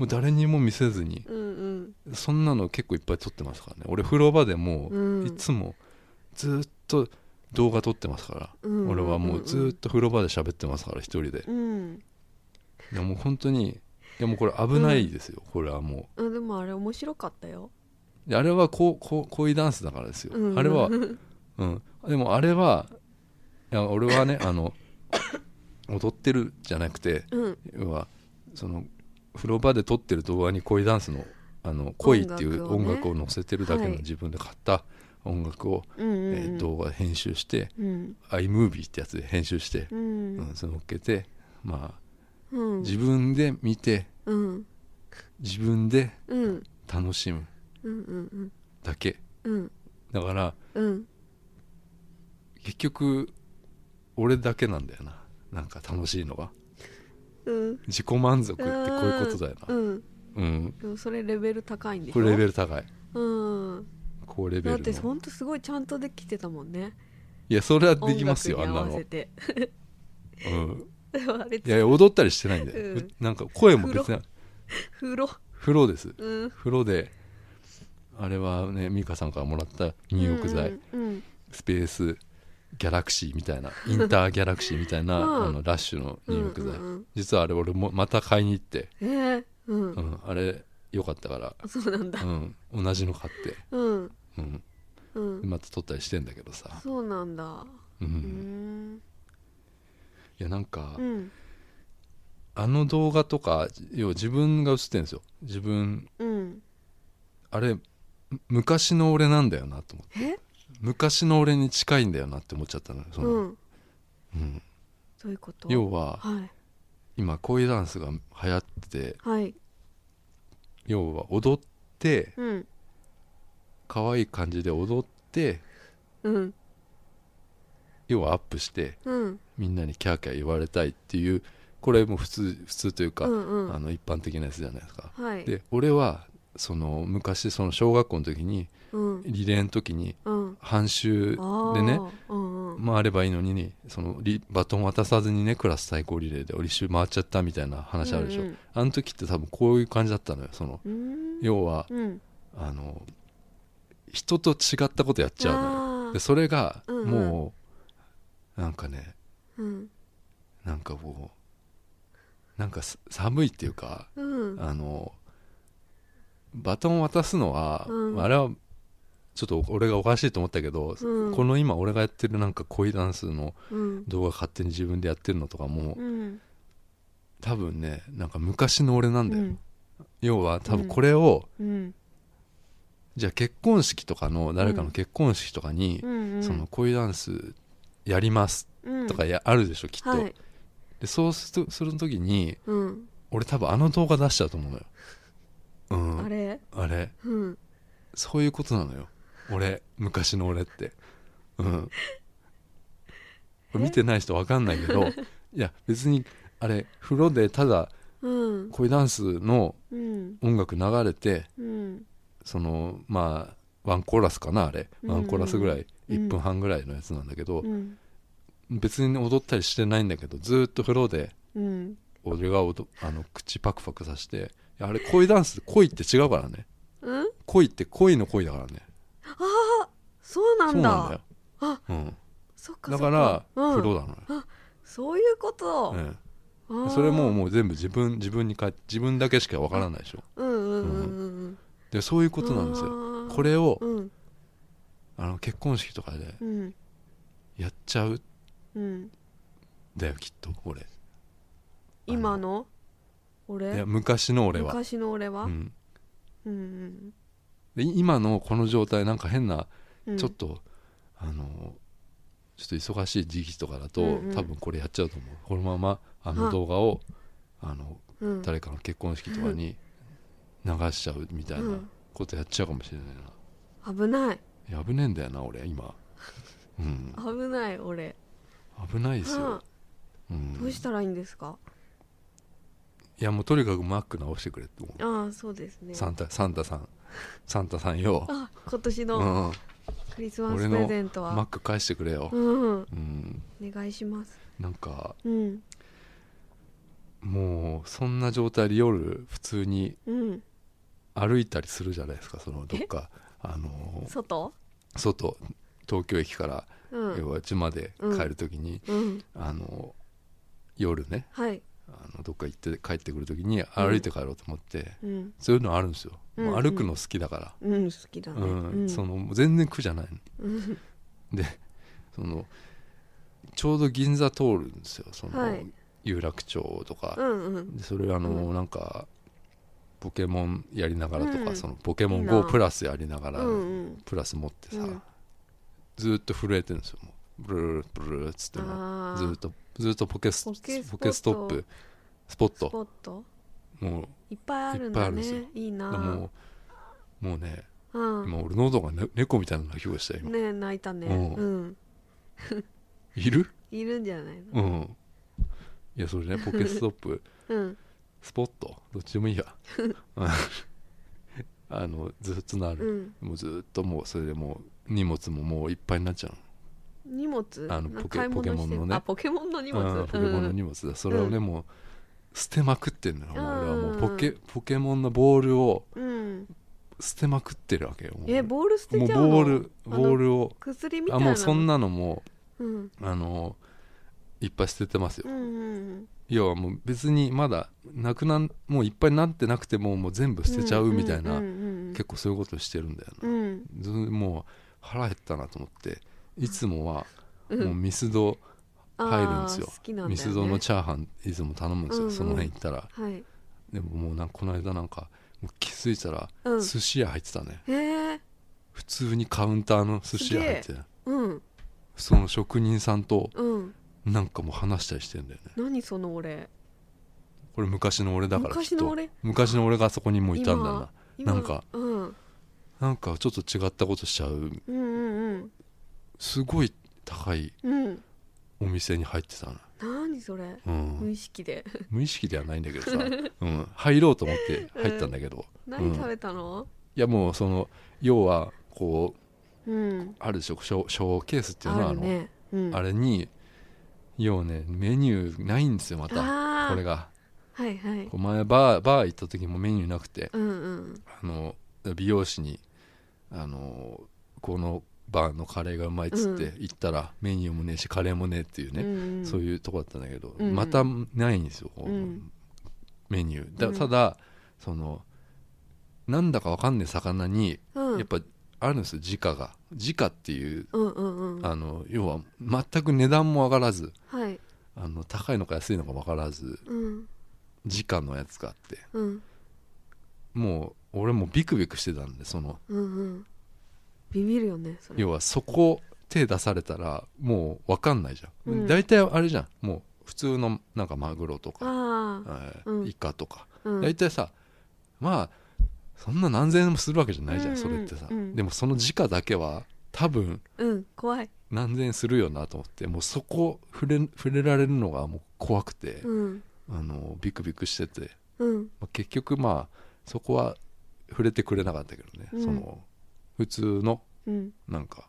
う誰にも見せずに
うん
そんなの結構いっぱい撮ってますからね俺風呂場でも
うん
いつもずっと動画撮ってますから、
うん
俺はもうずっと風呂場で喋ってますから一人で
うん
いやもう本当にいやもうこれ危ないですよ、これはも
あでもあれ面白かったよ
うであれはこうこう恋ダンスだからですよ、
うん
あれは、うん、でもあれはいや俺はねあの踊ってるじゃなくて
うん
要はその風呂場で撮ってる動画に恋ダンスのあの恋っていう
音
音
楽
楽
を
を載せてるだけの
はい
自分で買った音楽を、
うんうん
え
うん
ー動画で編集して
うん
iMovie ってやつで編集してう
う、
んん、それ乗っけてまあ
うん
自分で見て
うん
自分で
うん
楽しむ
うんうん
だけ
うん
だから
うん
結局俺だけなんだよななんか楽しいのが
うん
自己満足ってこういうことだよ
う
な、
ん
うん、
でもそれレベル高いんでしょ
これレベル高い
うん
高レベ
だっ
ル
て
の
ほんとすごいちゃんとできてたもんね
いやそれはできますよあ
音
ん
楽
な
に合
の
わせ、て
うん、
でも あれ
いやいや踊ったりしてないんだよ、
うん
うなんか声も別に
風呂
風呂です
うん
風呂であれはね美香さんからもらった入浴剤、
うんうん
スペースギャラクシーみたいなインターギャラクシーみたいな、
うん
あのラッシュの
うん
入浴剤、
うんうん
実はあれ俺もまた買いに行って、
えーう
うんん、あれ良かったか
そうなんだ
ら、うん、同じの買って、
うん
うん、
うん
また撮ったりしてんだけどさ、
そうなんだ
う、
うんん
いやなんか、
うん
あの動画とか要は自分が映ってんですよ自分
うん
あれむ昔の俺なんだよなと思って
え
昔の俺に近いんだよなって思っちゃったのよその、
うん
うん
どういうこと
要は
はい
今恋ダンスが流行ってて
はい
要は踊って
うん
可愛い感じで踊って
うん
要はアップして
うん
みんなにキャーキャー言われたいっていうこれも普通普通というか、
うんうん
あの一般的なやつじゃないですか。
はい
で俺はその昔その小学校の時に
うん
リレーの時に
うん
半周
あー
でね
うんうん
回ればいいのにねそのリバトン渡さずにねクラス対抗リレーで俺一周回っちゃったみたいな話あるでしょ、
うんうん
あの時って多分こういう感じだったのよその
うん
要は
うん
あの人と違ったことやっちゃうのよ
あー
でそれが
うんうん
もうなんかね
うん
なんかこうなんかす寒いっていうか
うん
あのバトン渡すのは、
うん
あれはちょっと俺がおかしいと思ったけど、
うん
この今俺がやってるなんか恋ダンスの
うん
動画勝手に自分でやってるのとかも、
うん
多分ねなんか昔の俺なんだよ、
うん
要は多分これを、
うん
じゃあ結婚式とかの誰かの結婚式とかに、
うんうん
その恋ダンスやります
うん
とかや、あるでしょきっと、
はい
でそうするする時に
うん
俺多分あの動画出しちゃうと思うのようん
あれ
あれ
うん
そういうことなのよ俺昔の俺ってうんこれ見てない人わかんないけ どいや別にあれ風呂でただ
うん
恋ダンスの
うん
音楽流れて
うん
そのまあワンコーラスかなあれ
うん
ワンコーラスぐらい
うん
1分半ぐらいのやつなんだけど
うん
別に踊ったりしてないんだけどずーっと風呂で
うん
俺がおどあの口パクパクさせていやあれ恋ダンス恋って違うからね
うん
恋って恋の恋だからね
そうな
そ
ん
う
だ
なんだよ、
あ
うん、
そっかそ
だ
っか
から
うん
風呂なのよ、
そういうこと、
え
あ
え
ー
それももう全部自分自分にか自分だけしかわからないでしょ
うんうんうんうんうん
でそういうことなんですよ
あー
これを
うん
あの結婚式とかで
うん
やっちゃうん
うん
だよきっと俺い
今の
や
俺
昔の俺は、
昔の俺は、
う
うん、
ん、
うん
で今のこの状態なんか変な
うん
ちょっと、あのちょっと忙しい時期とかだと、
うんうん
多分これやっちゃうと思うこのままあの動画をあの
うん
誰かの結婚式とかに流しちゃうみたいなことやっちゃうかもしれないな、
危ない
いや危ねえんだよな俺今うん
危ない俺
危ないです
は
よ
あ、
う、
どうんしたらいいんですか
いやもうとにかくマック直してくれって思う
ああそうですね
サンタサンタさんサンタさんよ、
あ今年
う
の
ん、
クリスマ
俺
スプレ
の
ゼント
マッ
は、
ク返してくれよ、
うんお
うん、
願いします
なんか
うん
もうそんな状態で夜普通に
うん
歩いたりするじゃないですかそのどっかあの
外
外東京駅から
うん
要は家まで帰る時に、
うん
あの夜ね
はい
あのどっか行って帰ってくる時に歩いて帰ろうと思って、
うん
そういうのあるんですよ、
うん
もう歩くの好きだから、
うん好きだね
うん
うん
その全然苦じゃないの
うん
でそのちょうど銀座通るんですよその、
はい
有楽町とか
う、んうん
でそれあの、
う
なんかポケモンやりながらとか、
うん
そのポケモ
いい
ン
な
GO プラスやりながら、
うんうん
プラス持ってさ、
うん
ずーっと震えてるんですよもうブルルルブルルルっつっても
あ
ずーっとずーっとポケス
ポケスポット
ポケストップスポッ
ス
ト
ポット
も
いっぱいあるん
いっぱいあ
だ
るんですよ
ねいいうな
もうもうね
うん
今俺喉が、ね、猫みたいな鳴き声したよ今、
ねえ泣いたね
うん
うん
いる
いるんじゃないの
うんいやそれねポケストッ プ
うん
スポットどっちでもいい やうんあのずっとな
う
る、
ん
もうずっともうそれでもう荷物ももういっぱいになっちゃうの
荷物
あの
な
ポケ
買い物
ポケモンの
して
ね
あポケモンの荷物
うんポケモンの荷
物
物だ、それをねもう捨てまくってんのよ、もう俺はもうポケ
う
ポケモンのボールを
うん
捨てまくってるわけよもう
えボール捨てちゃ
も
うの
うボールボ
あの
ールを
薬み
あ
たいな
もうそんなのも
うん
うあのいっぱい捨ててますよ、
うんうん
要はもう別にまだなくなんもういっぱいになってなくてももう全部捨てちゃうみたいな、
結
結構そういうことしてるんだよ
う
な、
ん
ずもう腹減ったなと思っていつもは
う
もうんミスド、入るんですよ
あー好きなんだよね
ミスドのチャーハンいつも頼むんですよ、
うんうん
その辺行ったら
はい
でももうなんかこの間なんかもう気づいたら
うん
寿司屋入ってたね、
へえ
普通にカウンターの寿司屋入って
うん
その職人さんと
うん
なんかもう話したりしてんだよね
何その俺
これ昔の俺だからき
昔
っ
の
と
俺
昔の俺があそこにもういたんだな
今今
なんか
うん
なんかちょっと違ったことしちゃう
うんうん
すごい高い
うんうん
お店に入ってたの、
何それ
うん
無意識 で
無意識ではないんだけどさ、うん、入ろうと思って入ったんだけど、う
何
ん
食べたの
いやもうその要はこう
うん
あるでしょショーショーケースっていうのは
あ
あ
る
の、
ねうん
あれに要はねメニューないんですよまた
あー
これが
はいはい
こう前バーバー行った時もメニューなくて
うんうん
あの美容師にあのこのバーのカレーがうまいっつって行ったら、メニューもねえしカレーもねえっていうね、
ね
そう
う
いうとこだったんだけど、
うんうん
またないんですよ、こう
うん
メニューだ
うん
ただそのなんだかわかんない魚に
んうん
やっぱあるんですよ時価が時価っていう、
うんうんうん
あの要は全く値段も上がらず
はい
あの高いのか安いのか分からず
うん
時価のやつがあって
うん
もう俺もビクビクしてたんでその
うんうんビビるよねそれ
要はそこ手出されたらもう分かんないじゃん、
うん
大体あれじゃんもう普通のなんかマグロとか、
あ
え
あ
ー
うん
イカとか
うん
大体さまあそんな何千円もするわけじゃないじゃん、
うんうん
それってさ、
うん
でもその時価だけは多分
うん怖い
何千円するよなと思ってもうそこ触れ触れられるのがもう怖くて、
うん
あのビクビクしてて、
うん
まあ結局まあそこは触れてくれなかったけどね、
うん
その普通の
うん
なんか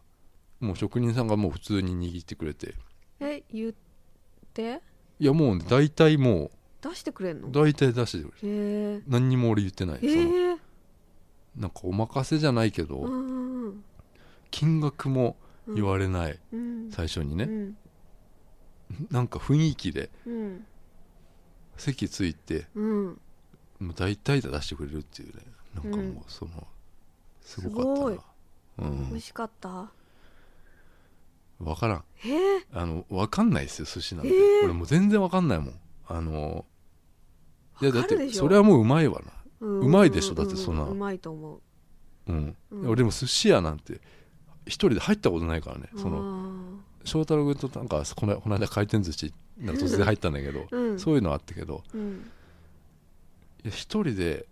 もう職人さんがもう普通に握ってくれて
え言って
いやもうね大体も
出してくれん
う
の
大体出してくれる
へえ
何にも俺言ってない、
え
その
ー
なんかお任せじゃないけど、
うんうん
金額も
うん
言われない、
うん
最初に
う
ね、
ん
なんか雰囲気で
うん
席ついて
うん
もう大体で出してくれるっていうねなんかもうその、すごかったなう
美味
ん
しかった
分からん
へえ
あの分かんないですよ寿司なんて、
えー
俺もう全然分かんないもんあのいやだっ
わかる
て
でしょ
それはもううまいわ
う
うまいでしょだってそんな
うまいと思う
なうん、
うん
俺でも寿司屋なんて一人で入ったことないからねその
の
翔太郎君となんかこのこの間回転寿司なんか突然入ったんだけど、
うん
そういうのあったけど
うん
いや一人で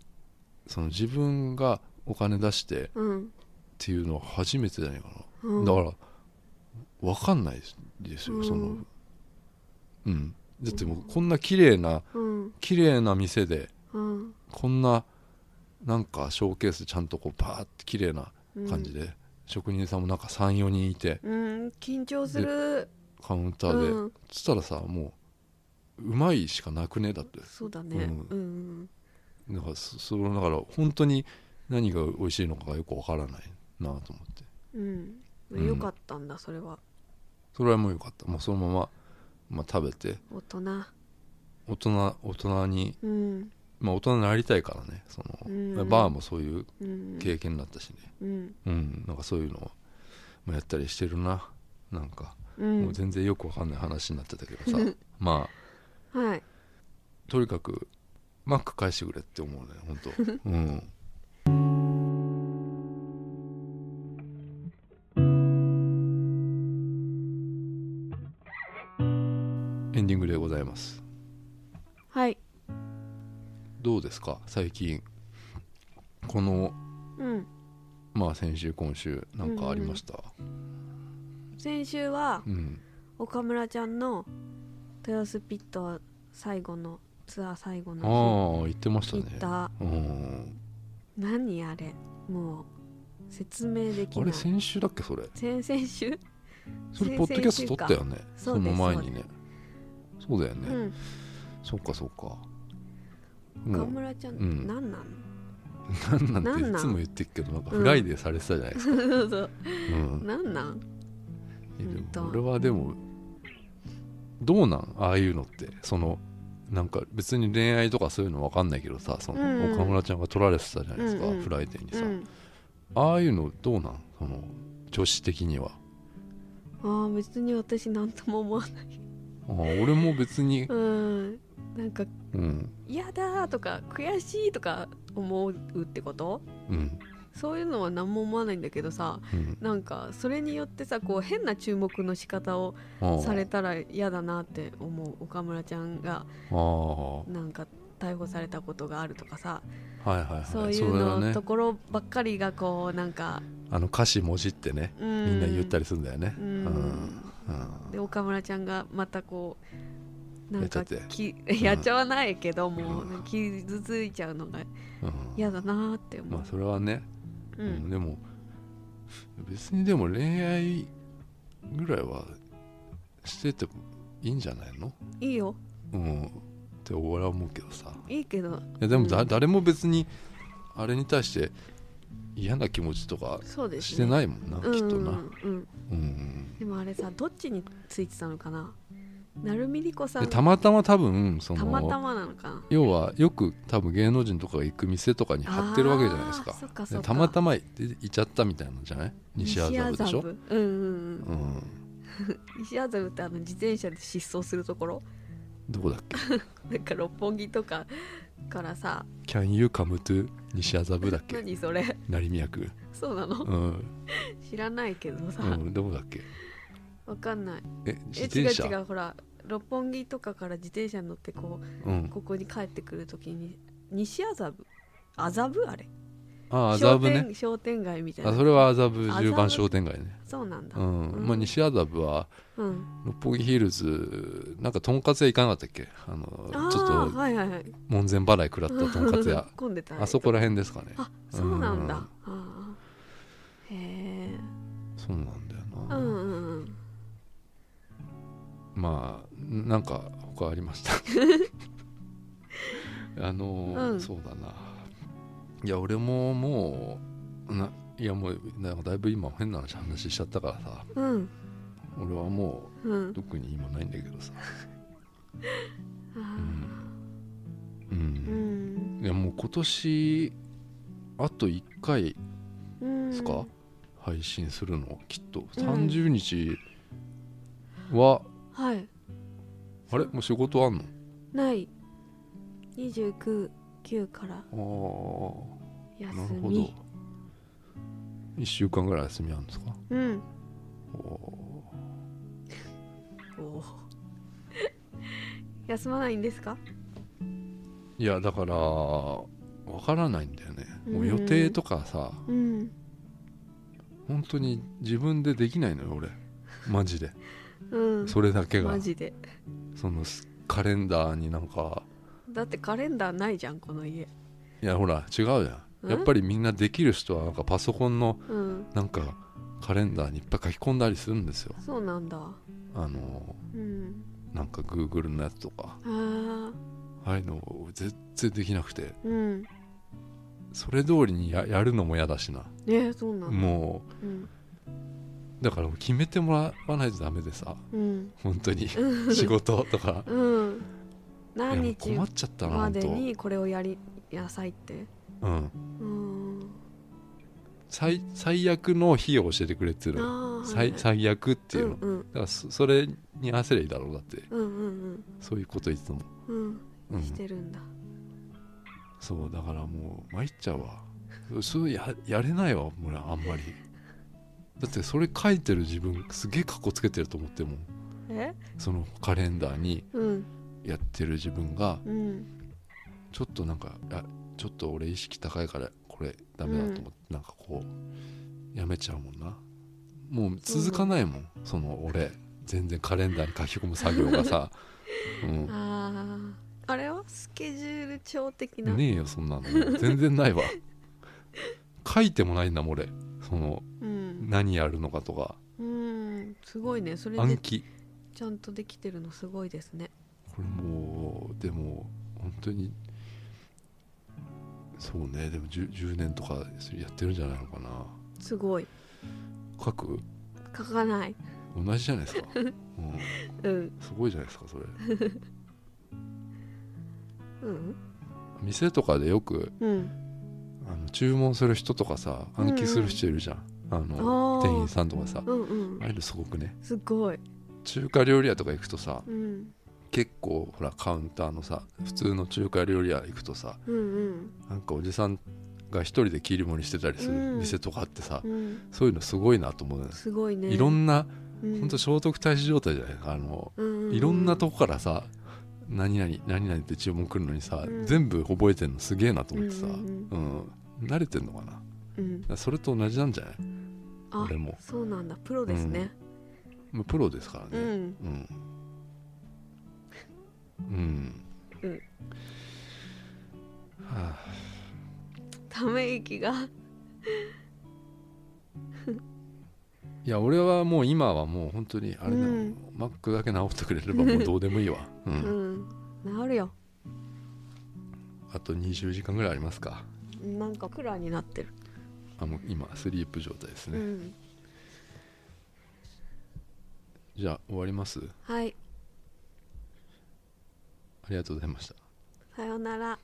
その自分がお金出してっ
うん
ていうのは初めてじゃないかな
うん
だから分かんないですよ、
うん
そのうんだってもうこんな綺麗な
うん
綺麗な店で
うん
こんななんかショーケースちゃんとこうバーって綺麗な
うん
感じで、職人さんもなんか34人いて
うん緊張する
カウンターで、
うん
そしたらさもううまいしかなくねだって
そうだね
うん
うん
だからそそのだから本当に何が美味しいのかがよく分からないなと思って
うん
うん
よかったんだそれは
それはもうよかったもうそのまま、まあ、食べて
大人
大人大人に、
うん
まあ、大人になりたいからねそ
うん
のバーもそういう
うん
経験だったしね
うん
うん、なんかそういうのをまあやったりしてるななんか、
うん
もう全然よくわかんない話になってたけど さまあ
はい
とにかくマック返してくれって思うね本 当うんエンディングでございます
はい
どうですか最近この
うん
まあ先週今週なんかありました
先週は
うん
岡村ちゃんの豊洲ピット最後のツアー最後
ああ
の
ー言ってました
日
ね
行った
うん
何あれもう説明でき
あ
な
れ
い先
先週だっけそれ
々週
それ
先
ポッドキャスト撮ったよね
そ
そう
です
の前にねそうだよ
う
ね、
ん
そっかそっかも
岡
う
村ちゃん
うん
何なの
なんなんていつも言ってるけどなんかフライデーされてたじゃないですか、
そうそう
うん
何なん
いや
本当
でも俺はでもどうなんああいうのってそのなんか別に恋愛とかそういうの分かんないけどさそ
うんうん
の岡村ちゃんが取られてたじゃないですか、
うんうん
フライデーに
う
さ、
ん
ああいうのどうなんその女子的には
ああ別に私何とも思わない
ああ俺も別に
うんなんか
うん
嫌だーとか悔しいとか思うってこと
うん
そういうのは何も思わないんだけどさ
うん
なんかそれによってさこう変な注目の仕方を
ああ
されたら嫌だなって思う岡村ちゃんが
ああは
なんか逮捕されたことがあるとかさ
いはいはい
そういう
れは
の
ね
ところばっかりがこうなんか
あの歌詞文字ってね
み
みんな言った
り
りするんだよね
うん
うん
で岡村ちゃんがまたこうなんか
やっちゃって
きやっちゃわないけども
うん
傷ついちゃうのが
うん
嫌だなーって思う
まあそれはね、
う
うん
ん
でも別にでも恋愛ぐらいはしててもいいんじゃないの
いいよ
うんって俺は思うけどさ
いいけど
いやでもだ、
うん
誰も別にあれに対して嫌な気持ちとか
そうです、ね、
してないもんな、
うん
きっと
う
な、
んうん、
うん、
でもあれさどっちについてたのかな成海莉子さ
で
ん
たまたま多分その
たまたまなのかな
要はよく多分芸能人とかが行く店とかに貼ってるわけじゃないですか
あーそっかそっか
でたまたま行って行っちゃったみたいなんじゃない西麻布でしょ
西、麻布うん
う
うん
ん、
うん西麻布ってあの自転車で失踪するところ
どこだっけ
なんか六本木とかからさ
Can you come to 西麻布だっけ
何それ
成宮区
そうなの
うん、
知らないけどさ、
うん、どこだっけ
わかんない
え
え
自
違う
転車
違うほら六本木とかから自転車に乗ってこう
うん、
ここに帰ってくるときに西麻布麻布あれ
あ麻布
商
ね
店商店街みたいな
あそれは麻布
麻布
十番商店街ね
そうなんだ
うん、
うん
まあ西麻布は
うん
六本木ヒルズなんかとんかつ屋行かなかったっけあの
あ
ちょっ
あ
と
はいはいはい
門前払い食らったとんかつ屋
混んでた
あそこら辺ですかね
あそうなんだ
うん
ああへえ
そうなんだよ
う
な、
んうんうん
まあなんか他ありました あの、
うん
そうだないや俺ももうないやもうなんかだいぶ今変な話話しちゃったからさ
うん
俺はも
うん
う特に今ないんだけどさ
あ
う、
ーうんん
いやもう今年あと1回
うん
ですか、配信するのきっと
うん
30日は、
はい
あれもう仕事あんの
ない299から
あー
休
な
み
るほど1週間ぐらい休みあるんですか
うん
お
おー 休まないんですか
ーいやだからわからないんだよねもう予定とかさ
うん
本当に自分でできないのよ俺マジで
うん
それだけが
マジで
そのすカレンダーになんか
だってカレンダーないじゃんこの家
いやほら違うじゃ
うん
んやっぱりみんなできる人はなんかパソコンの
うん
なんかカレンダーにいっぱい書き込んだりするんですよ
そうなんだ
あの
うん
なんか Google のやつとか
ああ
ああいうのを全然できなくて
うん
それ通りにややるのも嫌だしな
ねそうなんだ
も
うん
うだからもう決めてもらわないとダメでさ
うん
本当に仕事とか
うん
いや
何
もう
日
困っちゃったな
ま
本
で
当、
にこれをやりなさいって
うん、
うん
最最悪の日を教えてくれっていうの
ああ
最最悪っていうの、だ
うん
からそそれに合わせりゃいいだろうだって
うんうん
そういうこといつも、
うん
う
うん
ん、
してるんだ
そうだからもう参っちゃうわそうややれないわもうあんまりだってそれ書いてる自分すげえカッコつけてると思ってもん
え
そのカレンダーに
うん
やってる自分が
うん
ちょっとなんかあちょっと俺意識高いからこれダメだと思って、なんかこうやめちゃうもんなもう続かないもん、その俺全然カレンダーに書き込む作業がさ、 う、
あああれはスケジュール帳的なん
ねえよそんなの全然ないわ書いてもないんだもん俺その
うん
何やるのかとか
うんすごいねそれ
暗
で
記
ちゃんとできてるのすごいですね
これもうでも本当にそうねでも 10, 10年とかやってるんじゃないのかな
すごい
書く
書かない
同じじゃないです か、うん、
うん
すごいじゃないですかそれ
うん
店とかでよく
うん
あの注文する人とかさ暗記する人いるじゃん、あの
あー
店員さんとかさ
うんうん
ああいうのすごくね
すごい
中華料理屋とか行くとさ
うん
結構ほらカウンターのさ普通の中華料理屋行くとさ
うんうん
なんかおじさんが一人で切り盛りしてたりす
う
る
ん
店とかあってさ、
うん
そういうのすごいなと思うんです、
すごいね
いろんな
うん
本当聖徳太子状態じゃないあの、
うんうんうん
いろんなとこからさ何々何々って注文来るのにさ、
うん
全部覚えてんのすげえなと思ってさ、う
うんんうん
慣れてんのかなだか
うん
らそれと同じなんじゃない
あ
俺も
そうなんだプロですね
もうプロですから
う
ね
ん
うんうん、
うん
はあ
ため息が
いや俺はもう今はもう本当にあれだよ、
うん
マックだけ直ってくれればも うどうでもいいわ、うん
うん治るよ
あと20時間ぐらいありますか
なんかクラーになってる
あもう今スリープ状態です
う
ね、
ん
じゃあ終わります
はい
ありがとうございました
さようなら